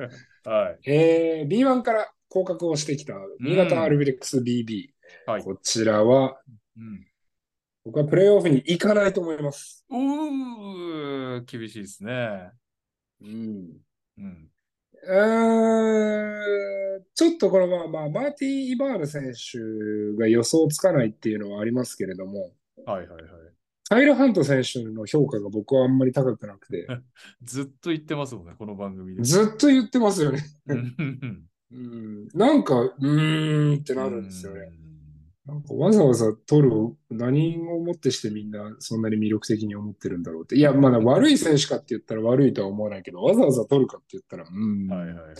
はい。
えー、B1 から降格をしてきた、新潟アルビレックス BB。
はい
こちらは、僕はプレイオフに行かないと思います。
うん。うー、厳しいですね。
うん。
うん。
うーんちょっとこれは、まあ、マーティン・イバール選手が予想つかないっていうのはありますけれども、
はいはいはい。
タイル・ハント選手の評価が僕はあんまり高くなくて、
ずっと言ってますもんね、この番組で。
ずっと言ってますよね。
うん
うん、なんか、うーんってなるんですよね。。なんかわざわざ取る、何をもってしてみんなそんなに魅力的に思ってるんだろうって。いや、まだ悪い選手かって言ったら悪いとは思わないけど、わざわざ取るかって言ったら、うん、
はいはいはい。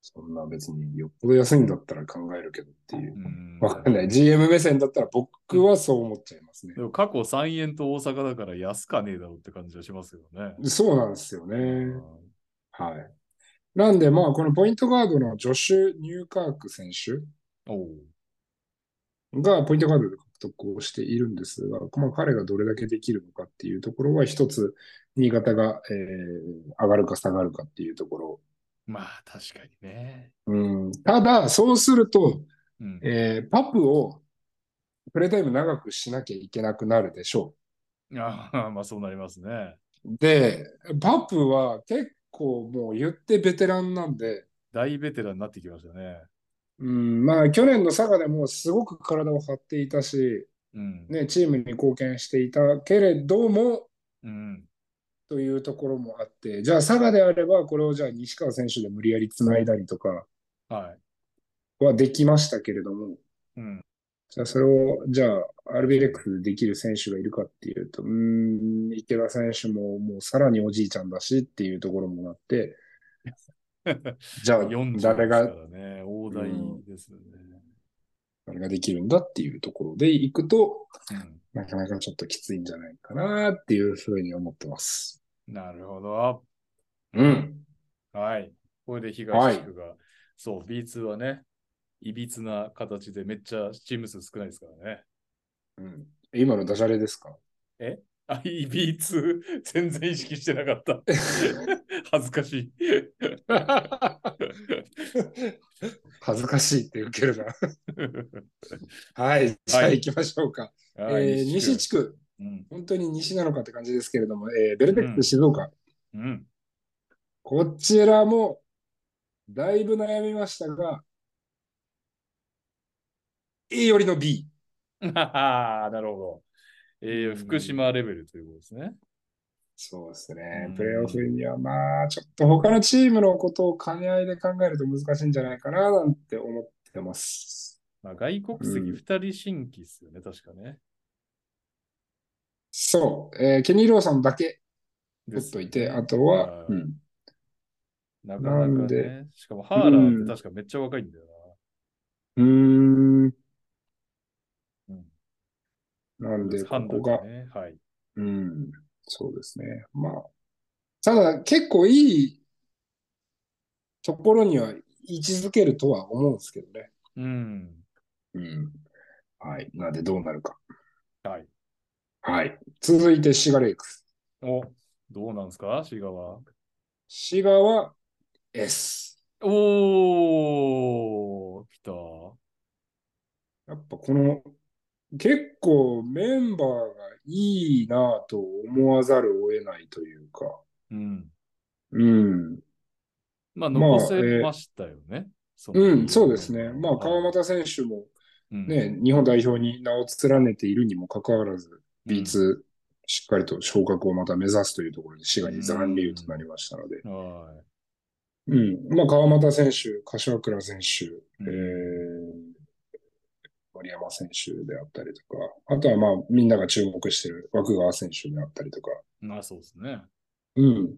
そんな別によっぽど安いんだったら考えるけどっていう
う。ん
わかんない。GM 目線だったら僕はそう思っちゃいますね
で。も過去3円と大阪だから安かねえだろうって感じはしますけどね。
そうなんですよね。
うん
はい。なんで、まあ、このポイントガードのジョシュ・ニューカーク選手
おう
がポイントガードで獲得をしているんですが、まあ、彼がどれだけできるのかっていうところは、一つ、新潟が、えー上がるか下がるかっていうところ。
まあ確かにね。
うん、ただ、そうすると、
うん、
えーパプをプレイタイム長くしなきゃいけなくなるでしょう。
ああまあそうなりますね。
で、パプは結構もう言ってベテランなんで、
大ベテランになってきましたね。
うん、まあ去年の佐賀でもすごく体を張っていたし、
うん。
ね、チームに貢献していたけれども、
うん、
というところもあって、じゃあ佐賀であれば、これをじゃあ西川選手で無理やりつないだりとか
はい。
はできましたけれども、
うん。
じゃあそれを、じゃあアルビレックスでできる選手がいるかっていうと、うん、池田選手ももうさらにおじいちゃんだしっていうところもあって、じゃあ
40ですか
誰が
らね、大台ですよね。
あれができるんだっていうところでいくと、
うん
なかなかちょっときついんじゃないかなっていうふうに思ってます。
なるほど。
うん。
はい。これで東地区が、そう、B2 はね、いびつな形でめっちゃチーム数少ないですからね。
うん、今のダジャレですか
あ、B2 全然意識してなかった。 恥ずかしい。
恥ずかしいって受けるな。はい。じゃあ
はい
行きましょうか。
はい
えー西地区、
うん。
本当に西なのかって感じですけれども、えーベルテックス静岡、
うん。
こちらもだいぶ悩みましたが、A よりの B。
なるほど。えー
うん
福島レベルということですね。
そうですね
う。ん
プレーオフにはまあ、ちょっと他のチームのことを兼ね合いで考えると難しいんじゃないかななんて思ってます。
まあ、外国籍2人新規ですよね、確かね。
そう、えーケニー・ローソンだけ
で
取
す
っといて、あとは、
う
うんん、
なかな
なん
か
で
ね。しかもハーラー
う
っ
ん
て確かめっちゃ若いんだよ
うーん、
な。うん。
なんで、
ハ
こ
ン
こ
ド
が
が、ね。はい。
うん、そうですね。まあ、ただ結構いいところには位置づけるとは思うんですけどね。
うん。
うん。はい。なんでどうなるか。
はい。
はい。続いて、シガレイクス。
お、どうなんですかシガは。
シガは S。
おー、来た。
やっぱこの、結構メンバーがいいなぁと思わざるを得ないというか、
うん。
うん、
まあ、
まあ
残せましたよね。その
うん、そうですね。まあ、川、
はい
又選手も
うん
ね、日本代表に名を連ねているにもかかわらず、
うん
B2、しっかりと昇格をまた目指すというところで、滋賀に残留となりましたので、
は
うん、まあ、川又選手、柏倉選手、
い。
えー森山選手であったりとか、あとはまあ、みんなが注目している涌川選手であったりとか、
まあ、そうですね。
うん。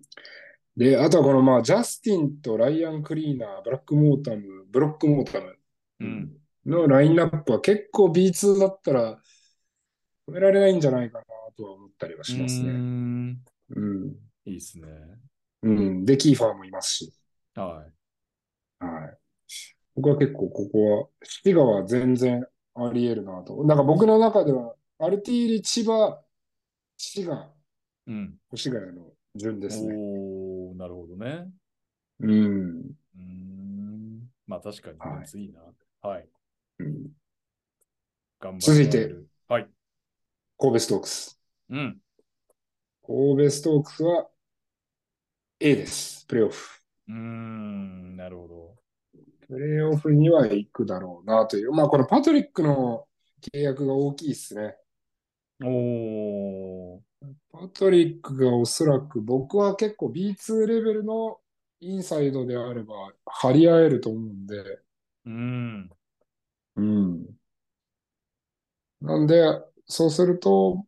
で、あとはこの、まあ、ジャスティンとライアン・クリーナー、ブラック・モータム、ブロック・モータム
うん。
のラインナップは結構 B2 だったら止められないんじゃないかなとは思ったりはします
うー
ね。
ん
うん。
いいですね。
うん。で、キーファーもいますし。
はい。
はい。僕は結構ここは、滋賀は全然あり得るなと。なんか僕の中では、アルティーリ、千葉、滋賀、
うん。
越谷の順ですね。
おー、なるほどね。
うん。
うーん。まあ確かに
はい
熱いな。はい。
うん、
頑張
続いて
られる。はい。
神戸ストークス。
うん。
神戸ストークスは A です。プレーオフ。
うーん、なるほど。
プレーオフには行くだろうなという。まあ、このパトリックの契約が大きいですね。
おー。
パトリックがおそらく僕は結構 B2 レベルのインサイドであれば張り合えると思うんで。
うん。
うん。なんで、そうすると、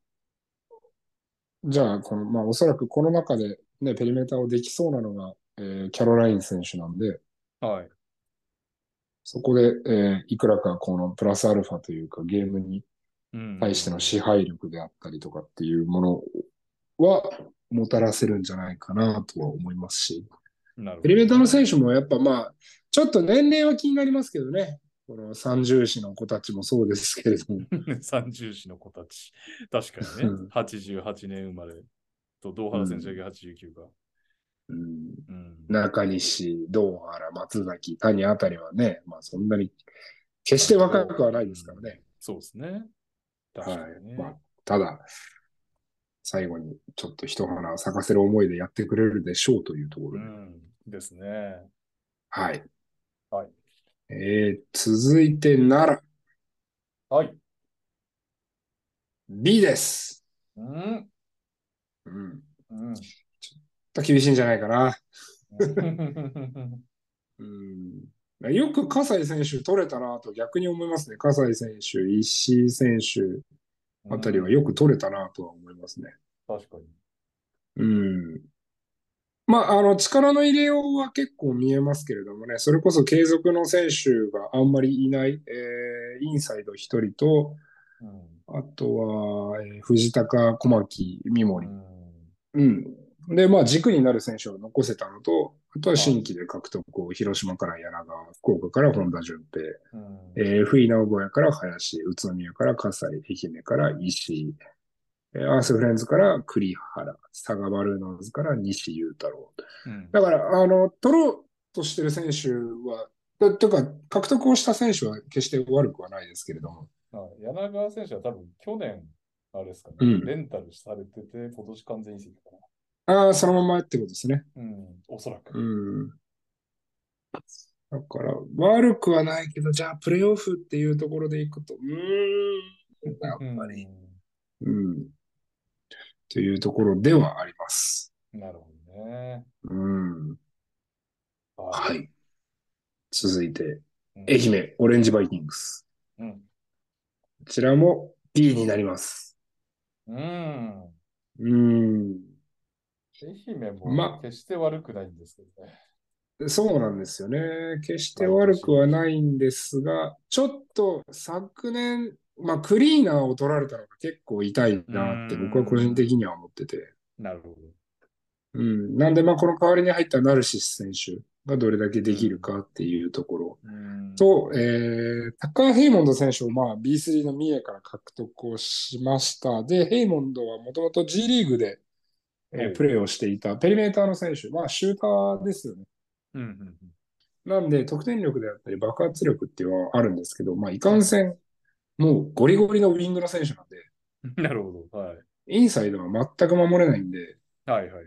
じゃあ、この、まあ、おそらくこの中でね、ペリメーターをできそうなのが、えーキャロライン選手なんで、
はい。
そこで、えーいくらかこのプラスアルファというかゲームに
うん。
対しての支配力であったりとかっていうものはもたらせるんじゃないかなとは思いますし、
なるほど
ペリメーターの選手もやっぱまあ、ちょっと年齢は気になりますけどね、この三重視の子たちもそうですけれども、
三重士の子たち。確かにね
うん。
88年生まれと、堂原選手だけ89か。
うん、
うん。
中西、堂原、松崎、谷あたりはね、まあそんなに、決して若くはないですからね。
そうですね。
は
確かに
い。
ね。
まあ、ただ、最後にちょっと一花咲かせる思いでやってくれるでしょうというとこ
う
ろで。
ん。ですね。
はい。
はい。
えー、続いて奈良、
はい。
B です。
うん。
うん。
うん。
厳しいんじゃないかな。
う
うん。よく葛西選手取れたなと逆に思いますね。葛西選手、石井選手
ん
あたりはよく取れたなとは思いますね。
確かに。
うん。まあ、あの、力の入れようは結構見えますけれどもね、それこそ継続の選手があんまりいない、えーインサイド1人と、
うん
あとは、えー藤高、小牧、三
う
森。
ん。
うん。で、まあ、軸になる選手を残せたのと、あとは新規で獲得を、広島から柳川、福岡から本田純平、
うん
えー、不意名古屋から林、宇都宮から葛西、愛媛から石井、えーアースフレンズから栗原、佐賀バルーノーズから西雄太郎。
うん
だから、あの、取ろうとしてる選手は、だとか、獲得をした選手は決して悪くはないですけれども、
はい柳川選手は多分去年、あれですかね、
うん
レンタルされてて、今年完全移籍か
ああ、そのままってことですね。
な。うん、おそらく。
うん。だから、悪くはないけど、じゃあ、プレーオフっていうところでいくと、うーん、やっぱり、うん。というところではあります。
うんなるほどね。
うん。
は。
はいい。続いて、
うん
愛媛、オレンジバイキングス。
うん。
こちらも B になります。
うん。
うん。
愛媛
ま
も決して悪くないんですけどね。
そうなんですよね。決して悪くはないんですが、ちょっと昨年、まあ、クリーナーを取られたのが結構痛いなって
うん
僕は個人的には思ってて。
なるほ
うん。なんで、まあ、この代わりに入ったナルシス選手がどれだけできるかっていうところ
ど。うん
と、えー、タッカー・ヘイモンド選手を、まあ、B3 の三重から獲得をしました。で、ヘイモンドはもともと G リーグで、えー
おう
プレーをしていたペリメーターの選手、まあ、シューターですよね。
うんうん
なんで、得点力であったり、爆発力っていうのはあるんですけど、まあ、いかんせん、もうゴリゴリのウィングの選手なんで、
うん。な るほど。はい。
インサイドは全く守れないんで、
はいはいはいは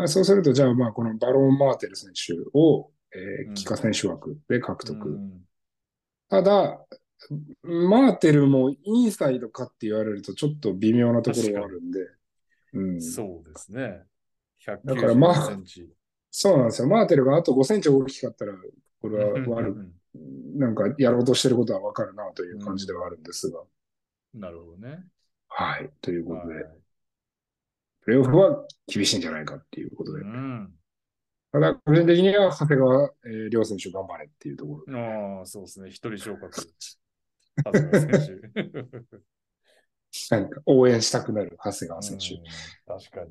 い。
あそうすると、じゃあ、まあ、このバロン・マーテル選手を、え
うん
ー、帰化選手枠で獲得。
うん
ただ、マーテルもインサイドかって言われると、ちょっと微妙なところがあるんで、うん、
そうですね。
だからま
190
あ
センチ。
そうなんですよ。マーテルがあと5センチ大きかったら、これは悪く、なんかやろうとしてることはわかるなという感じではあるんですが、
なるほどね。
はい、ということで
はい。
プレーオフは厳しいんじゃないかっていうことで
う。ん。
ただ、個人的には長谷川、えー両選手頑張れっていうところで。
ああ、そうですね。一人 昇格。長谷川選手。
なんか応援したくなる長谷川選手。
うん確かに。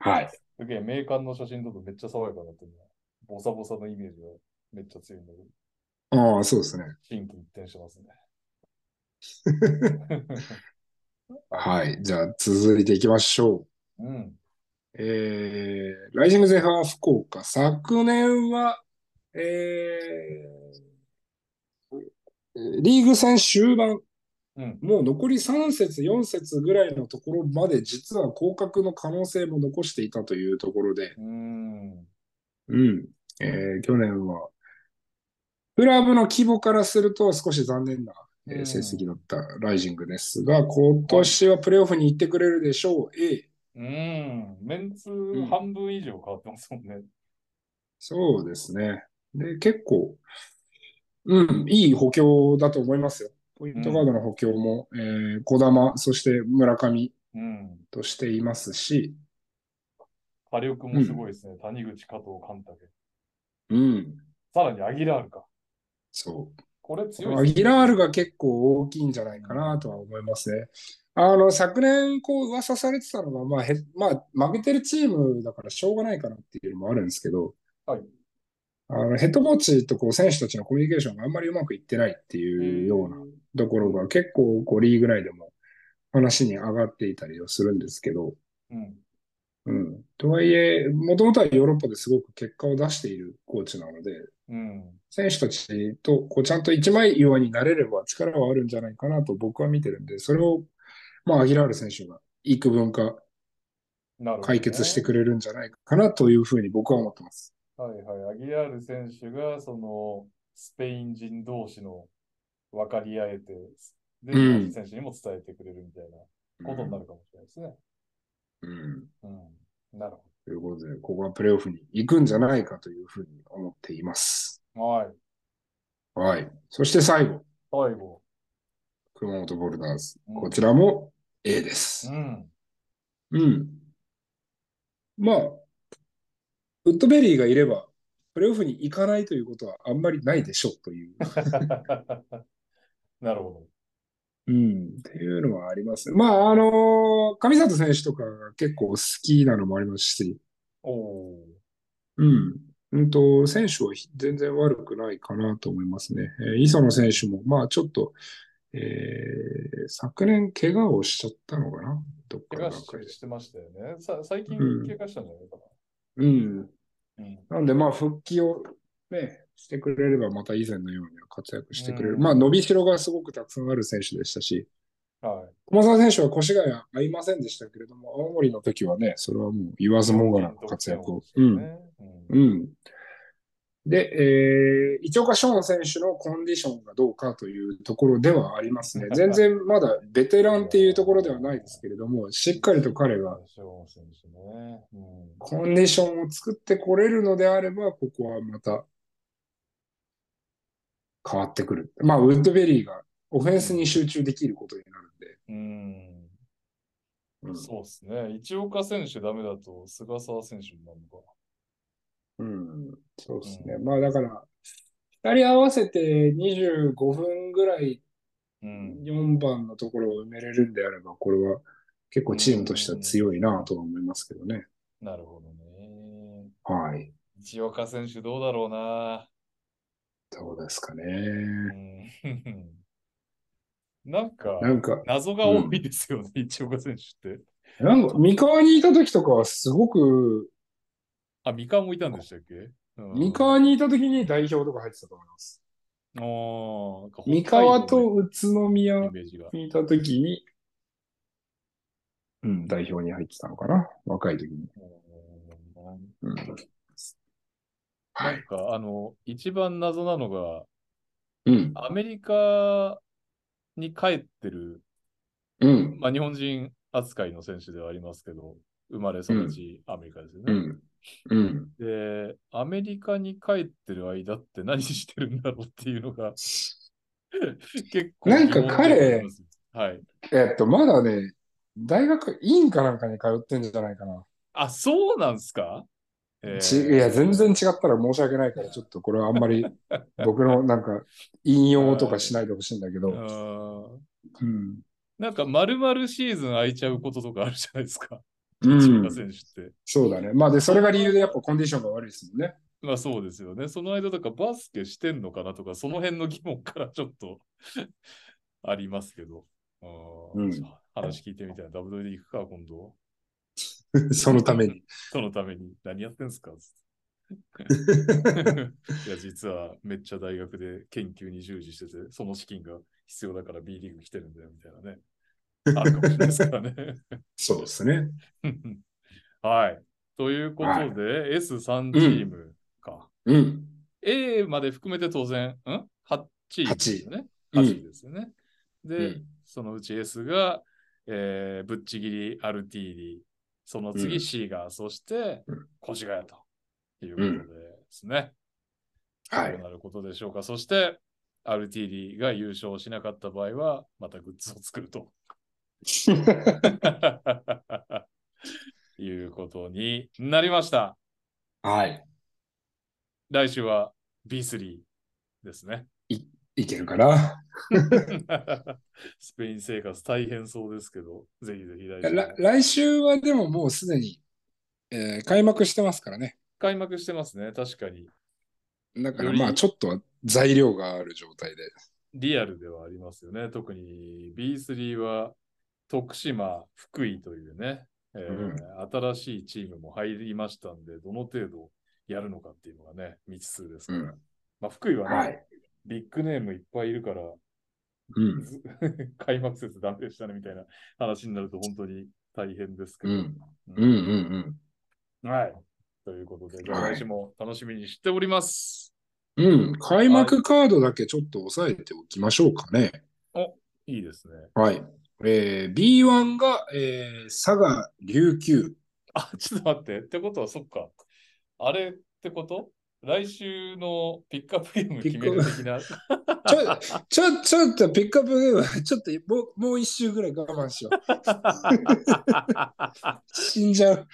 はい。
すげえ、名鑑の写真撮るとめっちゃ爽やかになってるな。ボサボサのイメージがめっちゃ強いんだけど、
ああ、そうですね。
心機一転してますね。
はい。じゃあ、続いていきましょ
うん。
う。えー、ライジングゼファー福岡。昨年はえー、リーグ戦終盤、
うん。
もう残り3節、4節ぐらいのところまで、実は降格の可能性も残していたというところで、
うーん。
うん、えー去年は、クラブの規模からすると少し残念な、えー
うん
成績だったライジングですが、今年はプレーオフに行ってくれるでしょう、A。
うーん。メンツ
ん
半分以上変わってますもんね。
そうですね。で、結構、うん、いい補強だと思いますよ。ポイントガードの補強も、えー、児玉、そして村上
うん。
としていますし、
火力もすごいですね。谷口、加藤、勘武。
うん、
さらにアギラールか。
そう。
これ強い
ア
っすね
ギラールが結構大きいんじゃないかなとは思いますね。あの、昨年、こう、噂されてたのが、まあ、へ、まあ、負けてるチームだからしょうがないかなっていうのもあるんですけど、
はい
あの、ヘッドコーチとこう、選手たちのコミュニケーションがあんまりうまくいってないっていうようなところが結構、こう、リーグ内でも話に上がっていたりはするんですけど、
うん。
うん。とはいえ、もともとはヨーロッパですごく結果を出しているコーチなので、
うん。
選手たちとこうちゃんと一枚岩になれれば力はあるんじゃないかなと僕は見てるんで、それを、まあ、アギラール選手が幾分か
なるほどね
解決してくれるんじゃないかなというふうに僕は思ってます。
はいはい。アギラール選手が、その、スペイン人同士の分かり合えて、で、
うん
日本人選手にも伝えてくれるみたいなことになるかもしれないですね。
うん。
うん。なるほ
ということで、ここはプレーオフに行くんじゃないかというふうに思っています。
ど。はい。
はい。そして最後、
最後。
熊本ボルダーズ。
うん
こちらも A で
う
す。
ん。
うん。まあ、ウッドベリーがいれば、プレーオフに行かないということはあんまりないでしょうという。
なるほ
うん、っていうのはあります。まあ、あの上里選手とかが結構好きなのもありますし、
ど。おお
うん、うんと、選手はひ全然悪くないかなと思いますね。えー磯野選手も、まあ、ちょっと、えー昨年怪我をしちゃったのかな、どっ
ー。
か
怪
の
我
段階で
し。してましたよね。さ最近
うん
怪我したんじゃないか
うん。
な。うん。
なんで、まあ、復帰をね、してくれれば、また以前のようには活躍してくれる。
うん
まあ、伸びしろがすごくたくさんある選手でしたし、
はい。
駒澤選手は腰が合いませんでしたけれども、青森の時はね、それはもう言わずもがなの活躍を。
う。
うんん。
うん
うん。で、えー、一岡ショーン選手のコンディションがどうかというところではあります ね。全然まだベテランっていうところではないですけれども、しっかりと彼が
ショーン選手ね。うん。
コンディションを作ってこれるのであれば、ここはまた変わってくる。まあ、ウッドベリーがオフェンスに集中できることになるんで。
うん。
うん
そうですね。一岡選手ダメだと、菅沢選手になるのか。
うん、そうですね。まあだから、2人合わせて25分ぐらい
うん。
4番のところを埋めれるんであれば、これは結構チームとしては強いなとは思いますけどね。
なるほどね。
はい。
一岡選手どうだろうな。
どうですか
う
ね。
ん。 なんか、
なんか、
謎が多いですよね、一岡選手って。
なんか三河にいた時とかはすごく、
あ、三河もいたんでしたっけ、うん、
三河にいた時に代表とか入ってたと思います。
あーなんか北海
三
道
河と宇都宮
のイメージが。
にいた時に、うん、代表に入ってたのかな。若い時に。
うん
うん。は
ないん。か、あの、一番謎なのが、
うん。
アメリカに帰ってる、
うん。
まあ、日本人扱いの選手ではありますけど、生まれ育ちアメリカですよ
う
ね。
ん。うん。
で、アメリカに帰ってる間って何してるんだろうっていうの が、結構。
なんか彼、
はい。
えっと、まだね、大学院かなんかに通ってんじゃないかな。
あ、そうなんすかえー
ちいや、全然違ったら申し訳ないから、ちょっとこれはあんま り僕のなんか引用とかしないでほしいんだけ
う
ど、
ーん
うん。
なんか、丸々シーズン空いちゃうこととかあるじゃないですか。
うん
千葉選手って。
そうだね。まあ、で、それが理由でやっぱコンディションが悪いですもんね。
まあそうですよね。その間とかバスケしてんのかなとか、その辺の疑問からちょっと ありますけど。う
うん
ん、話聞いてみたいな。WD 行くか、今度。
そのために。
そのために何やってんすか いや、実はめっちゃ大学で研究に従事してて、その資金が必要だから B リーグ来てるんだよ、みたいなね。あるかもしれないですからね。
そうですね。
はい。ということで、
はい
S3 チームか。
うん。
A まで含めて当然、ん ?8 チームですよね。
うん
8ですよね。で、
うん
そのうち S が、えーぶっちぎり、アルティーリ、その
う
次
ん
C が、そして
うん、
越谷ということでですね。
は
どう
い。
なることでしょうか。そして、アルティーリが優勝しなかった場合は、またグッズを作ると。 いうことになりました。
はい。
来週は B3 ですね。
いけるかな
スペイン生活大変そうですけど、ぜひぜひ来週
ら
も。
来週はでももうすでに、えー開幕してますからね。
開幕してますね、確かに。
だか
よ
ら
り
まあちょっとは材料がある状態で。
リアルではありますよね。特に B3 は徳島、福井というね、えー新しいチームも入りましたんで、どの程度やるのかっていうのがね、未知数ですから。
うん
まあ、福井はね、
はい。
ビッグネームいっぱいいるから、
うん。
ず開幕節ダメでしたねみたいな話になると本当に大変ですけ
う
ど。
ん。うんうんうん。
はい。ということで、じゃあ
はい
来週も楽しみにしております。
うん、開幕カードだけちょっと押さえておきましょうかね。
い、いですね。
はい。えー、B1 が、えー、佐賀、琉球。
あ、ちょっと待って。ってことは、そっか。あれってこと来週のピックアップゲーム決める的な。
ちょ、ちょ、ちょっとピックアップゲームは、ちょっともう、もう一周ぐらい我慢しよう。死んじゃう。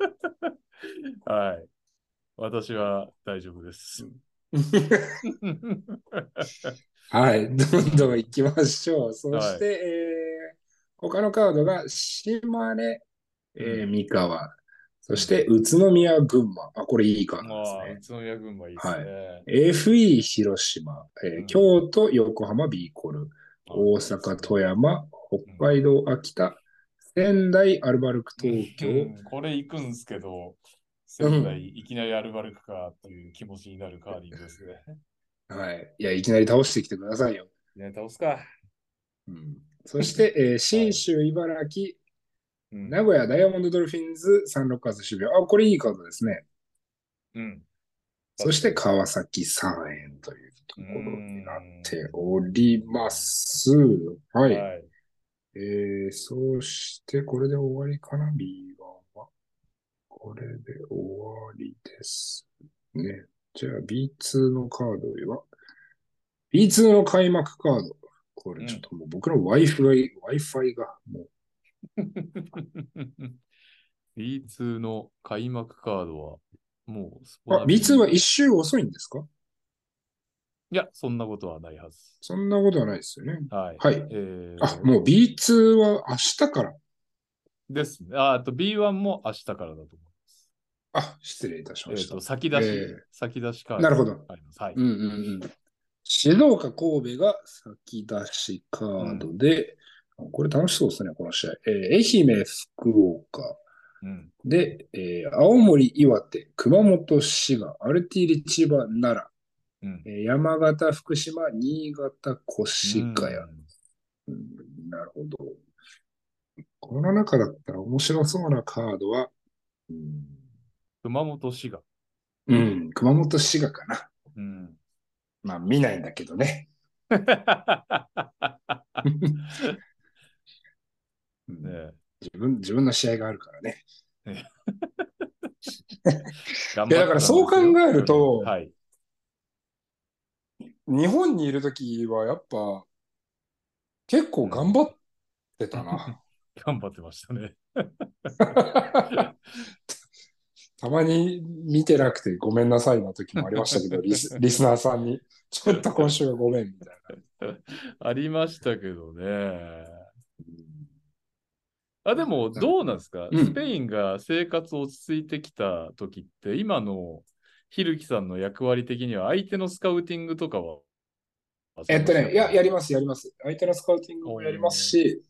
はい。私は大丈夫です。
はい。 どんどん行きましょう。そして、えー他のカードが、島根、えー
うん
三河。そして、宇都宮、群馬。あ、これいいカー
ま
ドです
あ、宇。都
ね
宮群馬いいですね。
FE 広島、
う
えー
ん
京都、横浜、ビーコル、大阪、富山、北海道、秋田、仙台、アルバルク、東京。
うんこれ行くんですけど、仙台、いきなりアルバルクかという気持ちになるカーリングですね。
はい。いや、いきなり倒してきてくださいよ。
ね、倒すか。
うん、そして、 えー信州、茨城、
うん
名古屋、ダイヤモンドドルフィンズ、サンロッカーズ、渋谷。あ、これいいカードですね。
うん。
そして、川崎、三円というところになっております。はい。
はい。
えー、そうして、これで終わりかな、B1 は。これで終わりですね。じゃあ B2 のカードは、B2 の開幕カード。これちょっともう僕の Wi-Fi、Wi-Fi がも
B2 の開幕カードは、もうス
う。
ポナ
あ、
ビ
B2 は一周遅いんですか
いや、そんなことはないはず。
そんなことはないですよね。
はい。
はい
えー
あ、もう B2 は明日から。
ですね。ああと B1 も明日からだと思います。
あ、失礼いたし
えっ、
ました
と、。先出し、
えー
先出しカード
なるほど
あります。はい。
うんうんうん。静岡、神戸が先出しカードで、これ楽しそうですね、この試合。えー愛媛、福岡。
うん。
で、えー青森、岩手、熊本、滋賀、アルティーリ、千葉、奈
うん。
良、えー山形、福島、新潟、越谷。
うん
うんなるほど。この中だったら面白そうなカードは、うん、
熊本滋賀。
うん、熊本、滋賀かな。
うん。
まあ見ないんだけどね。 うん
ねえ
自分自分の試合があるからね。
頑張ったんですよ
いやだからそう考えると
はい。
日本にいるときはやっぱ結構頑張ってたな。
頑張ってました ね。
たまに見てなくてごめんなさいな時もありましたけど、リスリスナーさんに、ちょっと今週はごめんみたい
ありましたけどね。
な。
あ、でも、どうなんですか、
うん
スペインが生活落ち着いてきた時って、今のひるきさんの役割的には、相手のスカウティングとかは。
えっとね、ややりますす、やります。相手のスカウティングもやりますし、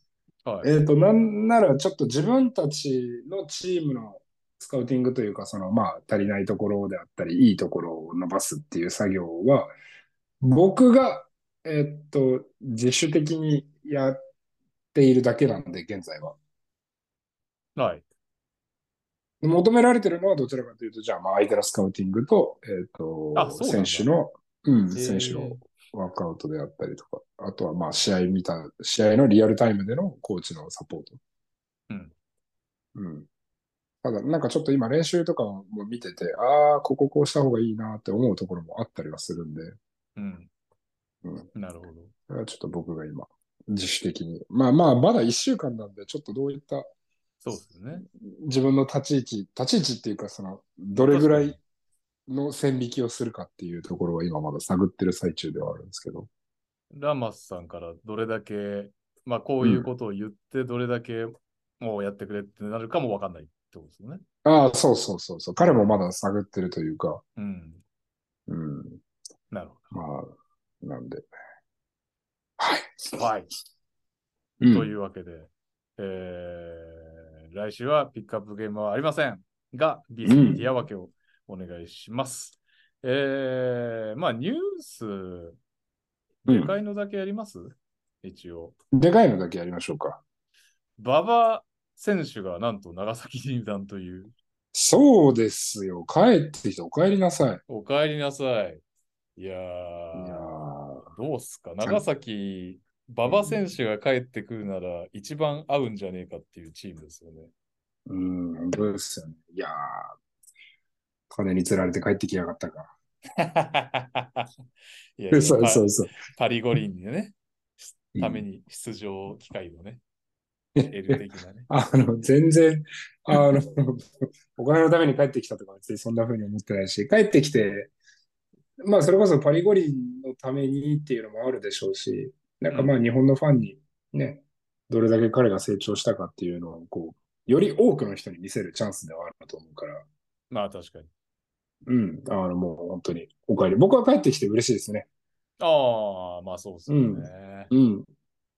はい。
えっと、なんならちょっと自分たちのチームのスカウティングというか、その、まあ、足りないところであったり、いいところを伸ばすっていう作業は、僕が、えっと、自主的にやっているだけなんで、現在は。
はい。
求められてるのはどちらかというと、じゃあ、まあ、相手のスカウティングと、えっ
あ
と、
そうなんだ
選手の、うん、
えー
選手のワークアウトであったりとか、あとは、まあ、試合見た、試合のリアルタイムでのコーチのサポート。
うん。
うん。ただ、なんかちょっと今練習とかも見てて、ああ、こここうした方がいいなって思うところもあったりはするんで、
うん。
うん
なるほど。
それはちょっと僕が今、自主的に。まあまあ、まだ1週間なんで、ちょっとどういった
そうですね。
自分の立ち位置、立ち位置っていうか、その、どれぐらいの線引きをするかっていうところは今まだ探ってる最中ではあるんですけど。
ラマスさんからどれだけ、まあ、こういうことを言って、どれだけもうやってくれってなるかもわかんないってことですよね。
ああ、そうそうそうそう。彼もまだ探ってるというか、
うん。
うん。
なるほ
まあ、なんで。はい。
ど。はい。
うん
というわけで、えー来週はピックアップゲームはありませんが、ビースに手分けをお願いします。えーまあニュース、
うん
でかいのだけやります、一応。
でかいのだけやりましょうか。
馬場選手がなんと長崎人団という、
そうですよ。帰ってきてお帰りなさい。
お帰りなさい。いやー、
いや
どうっすか長崎、馬場選手が帰ってくるなら一番合うんじゃねえかっていうチームですよね。
ーうん、本当ですよね。いやー金に釣られて帰ってきやがったか。
いや
そう
パ
そうそう。
パリ五輪のね、
うん
ために出場機会をね、得る的 なね。
あの、全然、あの、 お金のために帰ってきたとか別にそんな風に思ってないし、帰ってきて、まあそれこそパリ五輪のためにっていうのもあるでしょうし、なんかまあ日本のファンにね、どれだけ彼が成長したかっていうのを、こう、より多くの人に見せるチャンスではあると思うから、
まあ確かに。
うん、あのもう本当にお帰り。僕は帰ってきて嬉しいですね。
ああ、まあそうですよね。
うん。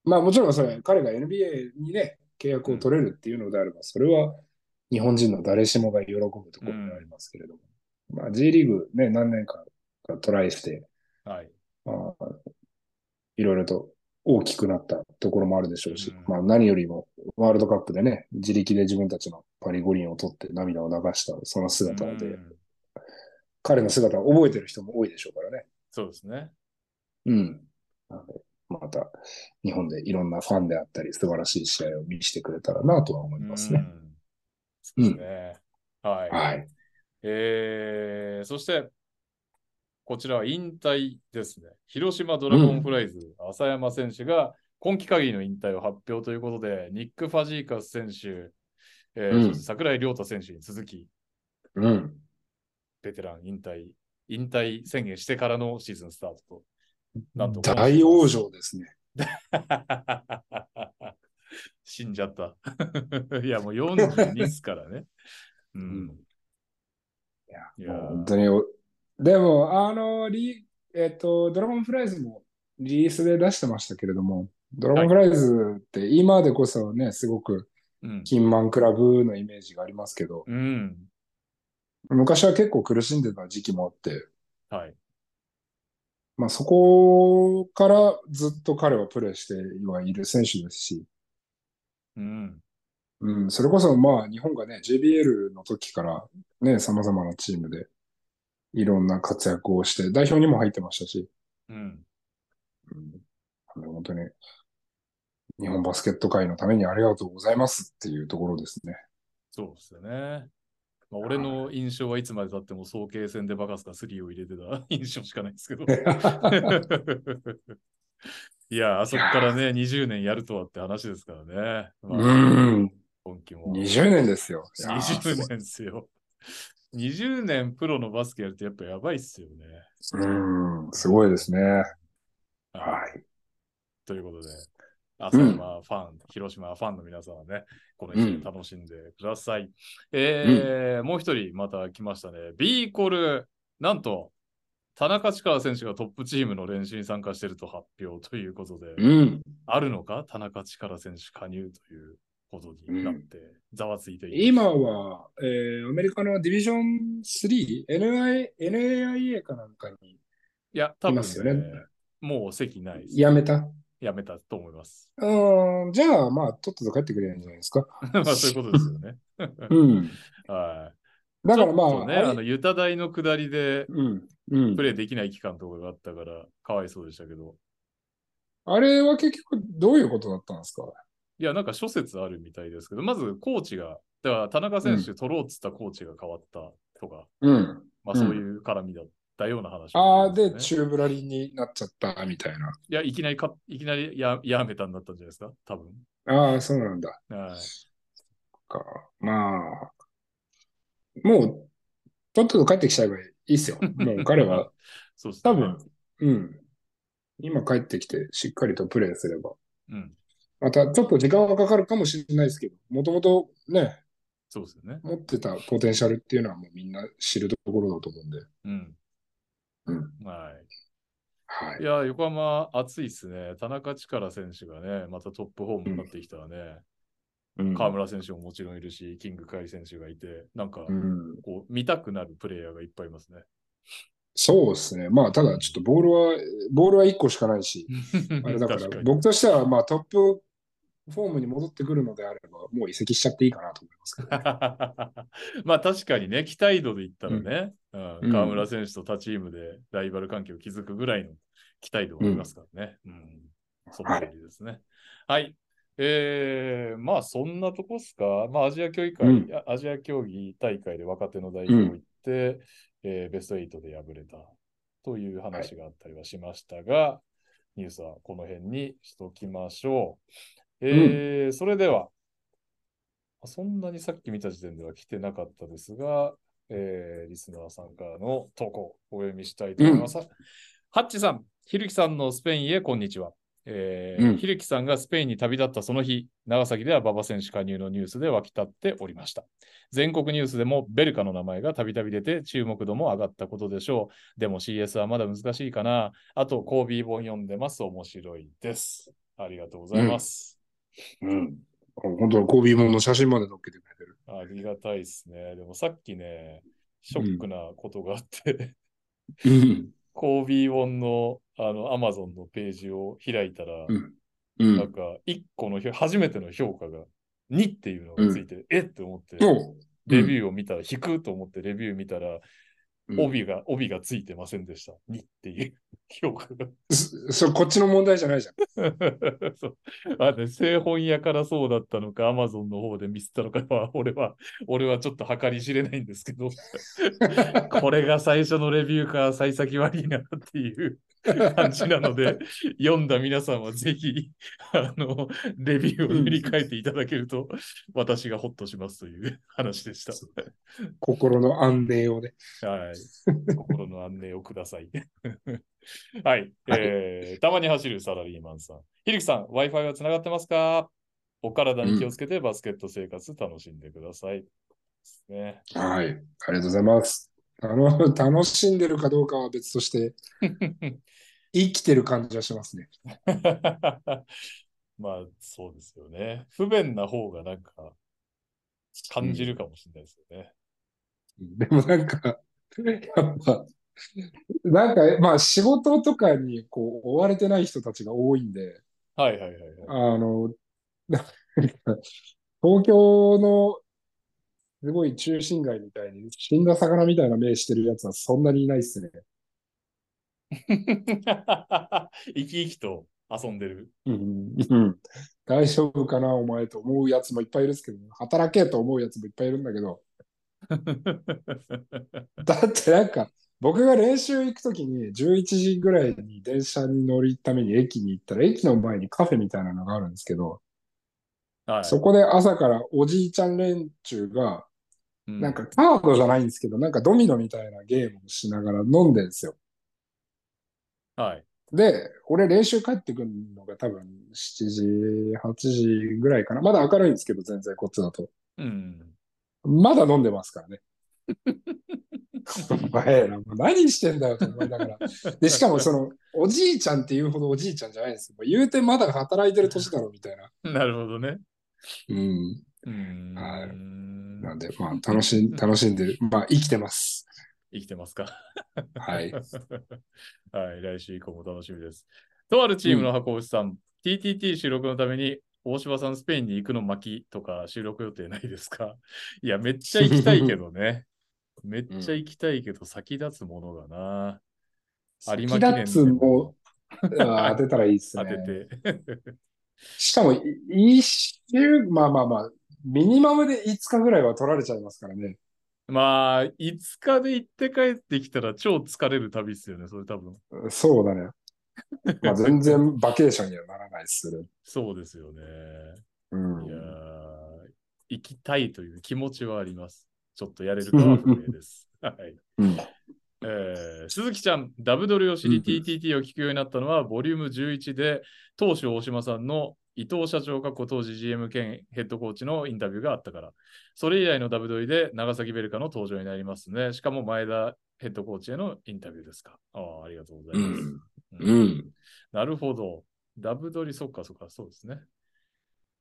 まあもちろんそれ、彼が NBA にね、契約を取れるっていうのであれば、それは日本人の誰しもが喜ぶところになりますけれども。まあ G リーグね、何年かトライして、
はい。
まあ、いろいろと大きくなったところもあるでしょうし、
うん
まあ何よりもワールドカップでね、自力で自分たちのパリ五輪を取って涙を流したその姿で、
うん
彼の姿を覚えてる人も多いでしょうからね。
そうですね。
うん。なので、また、日本でいろんなファンであったり、素晴らしい試合を見せてくれたらなとは思いますね。
うんそうですね。はい。
はい。
えー、そして、こちらは引退ですね。広島ドラゴンフライズ、浅山選手が今季限りの引退を発表ということで、ニック・ファジーカス選手、えー
うん
そして桜井亮太選手に続き、
うん。
ベテラン引退、引退宣言してからのシーズンスタートと。なんと
大往。生ですね。
死んじゃった。 いや、もう42ですから ね。うん。いやー
本当にお、でも、あの、リえっと、ドラゴンフライズもリリースで出してましたけれども、ドラゴンフライズって今でこそね、すごく、
うん。
金満クラブのイメージがありますけど、
うん。
昔は結構苦しんでた時期もあって、
はい。
まあそこからずっと彼はプレーしてはいる選手ですし、
うん。
うん、それこそまあ日本がね、JBL の時からね、様々なチームでいろんな活躍をして、代表にも入ってましたし、
うん。
うん、あの本当に日本バスケット界のためにありがとうございますっていうところです ね。
そうですよね。まあ、俺の印象はいつまでたっても早慶戦でバカスカ3を入れてた印象しかないですけど。 いや、あそこからね、20年やるとはって話ですからね。まあ
うん、
今期も。
20年ですよ。いやー
20年ですよ。20年プロのバスケやるってやっぱやばいっすよね。
すごいうん、すごいですね。
はい
はい。
ということで、浅山ファン、広島ファンの皆さんはね、この1年楽しんでください。えーもう一人また来ましたね。ビーコル、なんと、田中力選手がトップチームの練習に参加していると発表ということで、
うん。
あるのか田中力選手加入という。ことになって、ざわついている。
今は、えーアメリカのディビジョン3、NI NAIA かなんかに
いや、多
い
分
ますよね
ね、もう席ないです。
やめた。
やめたと思います。
うーん、じゃあ、まあ、とっとと帰ってくれるんじゃないですか。
まあ、そういうことですよね。
うん。
はい。
だからま
ちょっ
あ、
とね、
あれ
あの、ユタ大の下りで、
うん。うん
プ、レイできない期間とかがあったから、かわいそうでしたけど。
あれは結局どういうことだったんですか
いや、なんか諸説あるみたいですけど、まずコーチが、だから田中選手取ろうっつったコーチが変わったとか、
うん。
まあそういう絡みだったような話
あ
も
あ、
りますよ
で、
ね、
チューブラリンになっちゃったみたいな。
いや、いきなりか、いきなりややめたんだったんじゃないですか、多分。
ああ、そうなんだ。
はい。
か。まあ、もう、とっとと帰ってきちゃえばいい っすよ。もう彼は、
そうですね
多分、。うん。今帰ってきて、しっかりとプレイすれば。
うん。
また、ちょっと時間はかかるかもしれないですけど、もともとね、
そうですよね。
持ってたポテンシャルっていうのはもうみんな知るところだと思うんで。
うん。
うん。
は。
はい
い
い。
や、横浜熱いっすね。田中力選手がね、またトップホームになってきたらね、
うん
河村選手ももちろんいるし、キングカイ選手がいて、なんか、
うん。
こう、見たくなるプレイヤーがいっぱいいますね。
そうですね。まあ、ただちょっとボールは、ボールは1個しかないし、あれだから
確、に
僕としては、まあ、トップフォームに戻ってくるのであれば、もう移籍しちゃっていいかなと思いますけど。
まあ確かにね、期待度で言ったらね、うん
うん
河村選手と他チームでライバル関係を築くぐらいの期待度がありますからね。うんその通りですね。はい。えー、まあそんなとこっすか。まあアジア競技会、
うん
あアジア競技大会で若手の代表行って、えーベスト8で敗れたという話があったりはしましたが、ニュースはこの辺にしときましょう。えーそれでは、あそんなにさっき見た時点では来てなかったですが、えーリスナーさんからの投稿をお読みしたいと思います。ハッチさん、ひるきさんのスペインへこんにちは。えー
うん
ひるきさんがスペインに旅立ったその日、長崎では馬場選手加入のニュースで沸き立っておりました。全国ニュースでもベルカの名前がたびたび出て注目度も上がったことでしょう。でも CS はまだ難しいかな。あと、コービー本読んでます。面白いです。ありがとうございます。
うん。本当はコービーモンの写真まで載っけてくれてる。
ありがたいですね。でもさっきね、ショックなことがあって、 コービー本のあの Amazon のページを開いたら、
う
なん
ん。
か1個の評初めての評価が2っていうのがついて、えって思って、
お
レビューを見たら、引くと思ってレビュー見たら、
うん
帯が、帯がついてませんでした。2っていう評価が。
そそれこっちの問題じゃないじゃん。
そうあね、製本屋からそうだったのか、アマゾンの方で見せたのかは、 俺は、俺はちょっと計り知れないんですけど、 これが最初のレビューか、幸先悪いなっていう 感じなので、読んだ皆さんはぜひ、あの、レビューを振り返っていただけると、私がほっとしますという話でした。
心の安寧をね。
はい。心の安寧をください。 はい、えーたまに走るサラリーマンさん。ひるきさん、Wi-Fi はつながってますかお体に気をつけてバスケット生活楽しんでください。ですね。
はい。ありがとうございます。あの、 楽しんでるかどうかは別として、生きてる感じはしますね。
まあ、そうですよね。不便な方がなんか感じるかもしれないですよね。
でもなんか、やっぱ、なんか、まあ仕事とかにこう追われてない人たちが多いんで、
はいはいはいはい。
あの、なんか東京のすごい中心街みたいに死んだ魚みたいな目してるやつはそんなにいないっすね。
生き生きと遊んで る。
うんうん大丈夫かな、お前と思うやつもいっぱいいるっすけど、働けと思うやつもいっぱいいるんだけど、だってなんか、僕が練習行くときに、11時ぐらいに電車に乗るために駅に行ったら、駅の前にカフェみたいなのがあるんですけど、
はい、
そこで朝からおじいちゃん連中が、
う
なんかカードじゃないんですけど、なんかドミノみたいなゲームをしながら飲んでんですよ。
はい。
で、俺練習帰ってくるのが多分7時、8時ぐらいかな。まだ明るいんですけど、全然こっちだと。
うん。
まだ飲んでますからね。 お前ら、もう何してんだよと思いながら。で、しかもその、おじいちゃんっていうほどおじいちゃんじゃないんですよ。もう言うてまだ働いてる年だろみたいな。
なるほどね。
うん。
うーん
はなんで、まあ、楽しん、楽しんでる。まあ、生きてます。
生きてますか
はい。
はい、来週以降も楽しみです。とあるチームの箱押さん、TTT 収録のために大柴さんスペインに行くの巻きとか収録予定ないですか いや、めっちゃ行きたいけど ね。めっちゃ行きたいけど、先立つものがな。有馬記念でも
先立つも、あー当てたらいいです
当
ね。
てて。
しかも、い一週、まあまあまあ、ミニマムで5日ぐらいは取られちゃいますからね。
まあ、5日で行って帰ってきたら超疲れる旅っすよね、それ多分。
そうだね。まあ、全然バケーションにはならないっすね。
そうですよね。
う
いやー
ん。
行きたいという気持ちはあります。ちょっとやれるかは不明です。はい。
うん
えー鈴木ちゃん、ダブドリを知り TTT を聞くようになったのは、ボリューム11で、当主大島さんの伊藤社長か当時 GM 兼ヘッドコーチのインタビューがあったから、それ以来のダブドリで長崎ベルカの登場になりますね。しかも前田ヘッドコーチへのインタビューですか。ああ、ありがとうございます。
う
うん
ん。
なるほど。ダブドリ、そっかそっか、そうですね。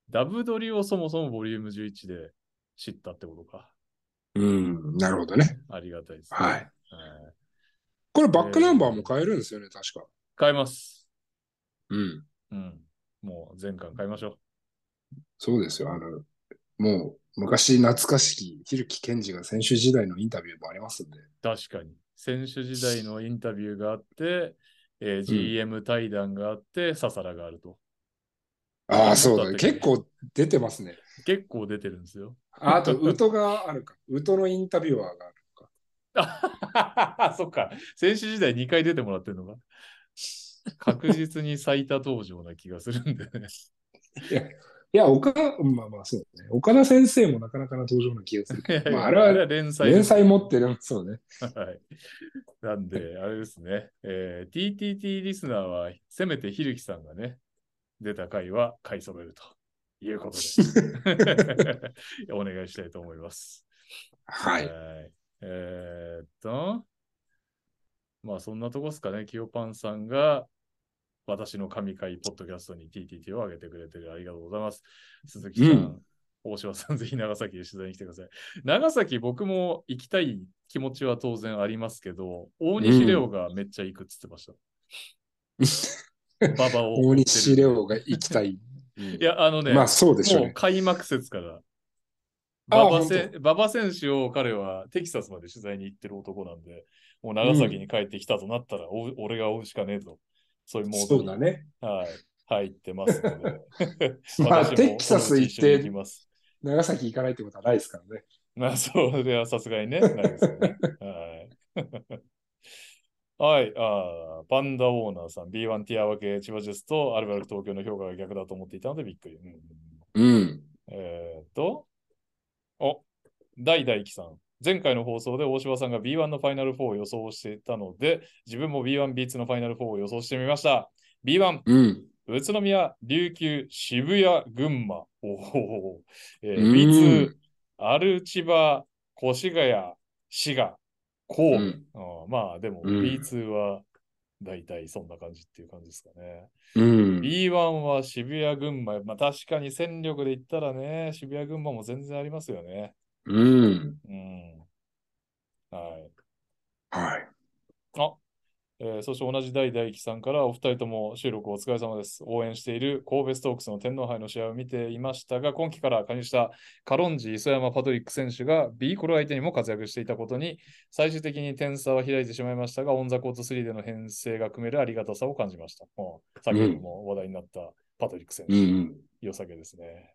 ダブドリをそもそもボリューム11で知ったってことか。
うん。なるほどね。
ありがたいです、
はい。
はい
これバックナンバーも変えるんですよね、確か。
買います。
うん。
うん。もう全巻買いましょ
そうですよ。あの、もう、昔懐かしき、ひるきけんじが選手時代のインタビューもありますんで。
う。確かに。選手時代のインタビューがあって、えー GM 対談があって、ササラがあると。
あ
あ
あ、そうだ
そうだ
ね。
ったっけ
結構出てますね。
結構出てるんですよ。
あ と、ウトがあるか。ウトのインタビュアーがあるか。
あ そっか。選手時代2回出てもらってるのか。確実に最多登場な気がするんでね。
いや、岡、まあまあそうだね。岡田先生もなかなかな登場な気がす る
い
け
やい
ど。
や
まあ、あれは
連載で
連
す。
載持ってる。そうね。
はい。なんで、あれですね、えー TTT リスナーは、せめてひるきさんがね、出た回は買い揃えるということで、 お願いしたいと思います。
はい。
えーっと、まあそんなとこですかね、キヨパンさんが私の神回ポッドキャストに TTT を上げてくれてる。ありがとうございます。鈴木さん、
うん
大島さん、ぜひ長崎で取材に来てください。長崎、僕も行きたい気持ちは当然ありますけど、大西レオがめっちゃ行くっつってました。ババを追ってる。
大西レオが行き たい。
いや、あのね、
まあそうでしょう
もう
ね。
開幕節から。
あ
馬場せ馬場選手を彼はテキサスまで取材に行ってる男なんで、もう長崎に帰ってきたとなったら、おう俺が追うしかねえぞ。そういうモード
そ
に
うだね。。
はい、入ってますので
まあ
私も
テキサス行って
そのうち一緒にきます。
長崎行かないってことはないですからね。
まあ、 それはさすがにね、ないですよね。 はい。はい、あーパンダオーナーさん、B1 ティア分け、千葉ジェスとアルバルク東京の評価が逆だと思っていたのでびっくり。うん
うん。
えーっと、お、大大輝さん。前回の放送で大柴さんが B1 のファイナル4を予想していたので、自分も B1、B2 のファイナル4を予想してみました。B1、
うん。
宇都宮、琉球、渋谷、群馬。おお、えー
うん
B2、アルチバ、越谷、滋賀、
う
神戸。
ん。
あーまあ、でも
うん
B2 は大体そんな感じっていう感じですかね。
うん。
B1 は渋谷、群馬、まあ、確かに戦力で言ったらね、渋谷、群馬も全然ありますよね。
うん。
うん。はい。
はい。
あ、えーそして同じ大大輝さんからお二人とも収録お疲れ様です。応援している神戸ストークスの天皇杯の試合を見ていましたが、今季から加入したカロンジ、磯山、パトリック選手が B コロ相手にも活躍していたことに、最終的に点差は開いてしまいましたが、オンザコート3での編成が組めるありがたさを感じました。もう先ほども話題になったパトリック選手。
うん。
良さげですね。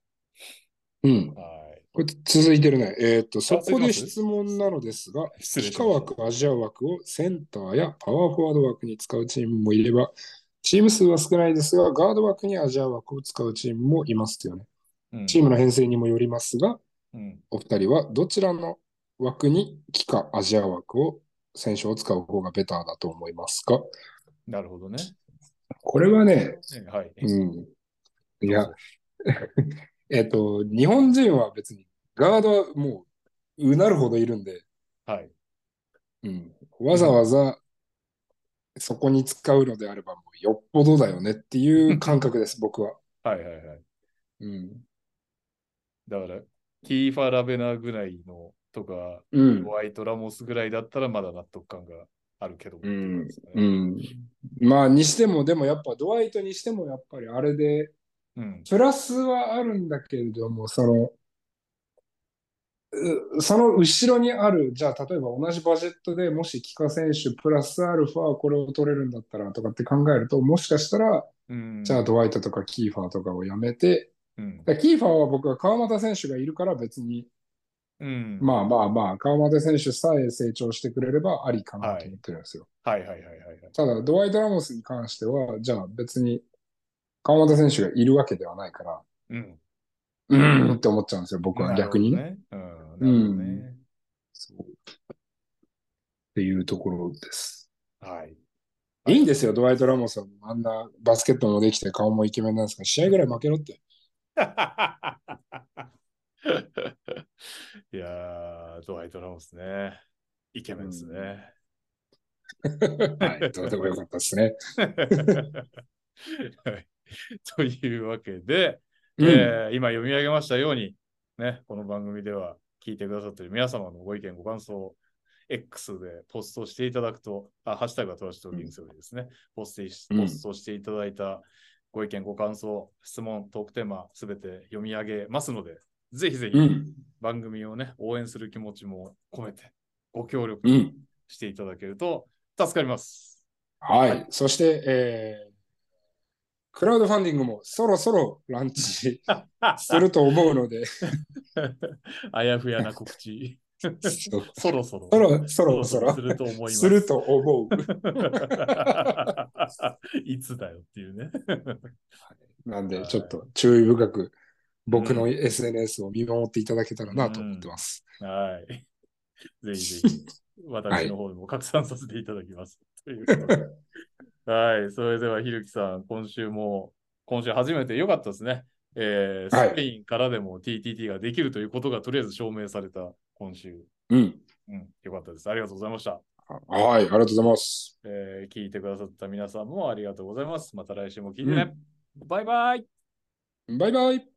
うん。
はい。
これ続いてるね。えっ、と、そ
続い
こ
てま
です質問なのですが、
失礼し
幾
まし
枠、アジア枠をセンターやパワーフォワード枠に使うチームもいれば、チーム数は少ないですが、ガード枠にアジア枠を使うチームもいますよね。
た。うん
チームの編成にもよりますが、
うん
お二人はどちらの枠に帰化アジア枠を選手を使う方がベターだと思いますか
なるほどね。
これはね、
ねはい。
うん。いや、 えっと、日本人は別に、ガードはもう、うなるほどいるんで、
はい。
うん、わざわざそこに使うのであれば、もうよっぽどだよねっていう感覚です、僕は。
はいはいはい。
うん。
だから、キーファー・ラベナーぐらいのとか、
うん
ホ。ワイト・ラモスぐらいだったらまだ納得感があるけど。
うんうん。まあ、にしても、でもやっぱ、ドワイトにしても、やっぱりあれで、
うん。
プラスはあるんだけれども、その、うその後ろにある、じゃあ例えば同じバジェットでもし帰化選手プラスアルファこれを取れるんだったらとかって考えると、もしかしたら、
うん。
じゃあドワイトとかキーファーとかをやめて、
うん。
だからキーファーは僕は川俣選手がいるから別に、
うん。
まあまあまあ、川俣選手さえ成長してくれればありかなと思ってるんですよ。
はいはいはいはいはい。
ただ、ドワイト・ラモスに関しては、じゃあ別に川俣選手がいるわけではないから、
うん。
うーんって思っちゃうんですよ、僕は逆にね。
なるほどね。うん。なるほどね。
そう。っていうところです。
はい。
いいんですよ、ドワイト・ラモスは。あんなバスケットもできて顔もイケメンなんですから、試合ぐらい負けろって。
いやー、ドワイト・ラモスね。イケメンですね。
はい、どうでもよかったですね。
はい というわけで、
うん
えー今読み上げましたように、ね、この番組では聞いてくださっている皆様のご意見、ご感想を X でポストしていただくと、あハッシュタグはトラッシュトーキングセブンですね、ポストし
うん
ポストしていただいたご意見、ご感想、質問、トークテーマ、すべて読み上げますので、ぜひぜひ
うん、
番組をね、応援する気持ちも込めて、ご協力
うん。
していただけると助かります。
はい、そして、えークラウドファンディングもそろそろランチすると思うので、
あやふやな告知。
そう
そろそろ。
そろそろそ
す
ろ
ると思います。
すると思う。
いつだよっていうね。
なん
は
で、
い
ちょっと注意深く僕
う
の
ん
SNS を見守っていただけたらなと思ってます。
はい。ぜひぜ ひ、私の方でも拡散させていただきます。ということで。はい。それでは、ひるきさん、今週も、今週初めてよかったですね。えー
はい
スペインからでも TTT ができるということがとりあえず証明された今週。
うん。
うん、よかったです。ありがとうございました。
はい、ありがとうございます。
えー聞いてくださった皆さんもありがとうございます。また来週も聞いてね。バイバイ
バイバイ。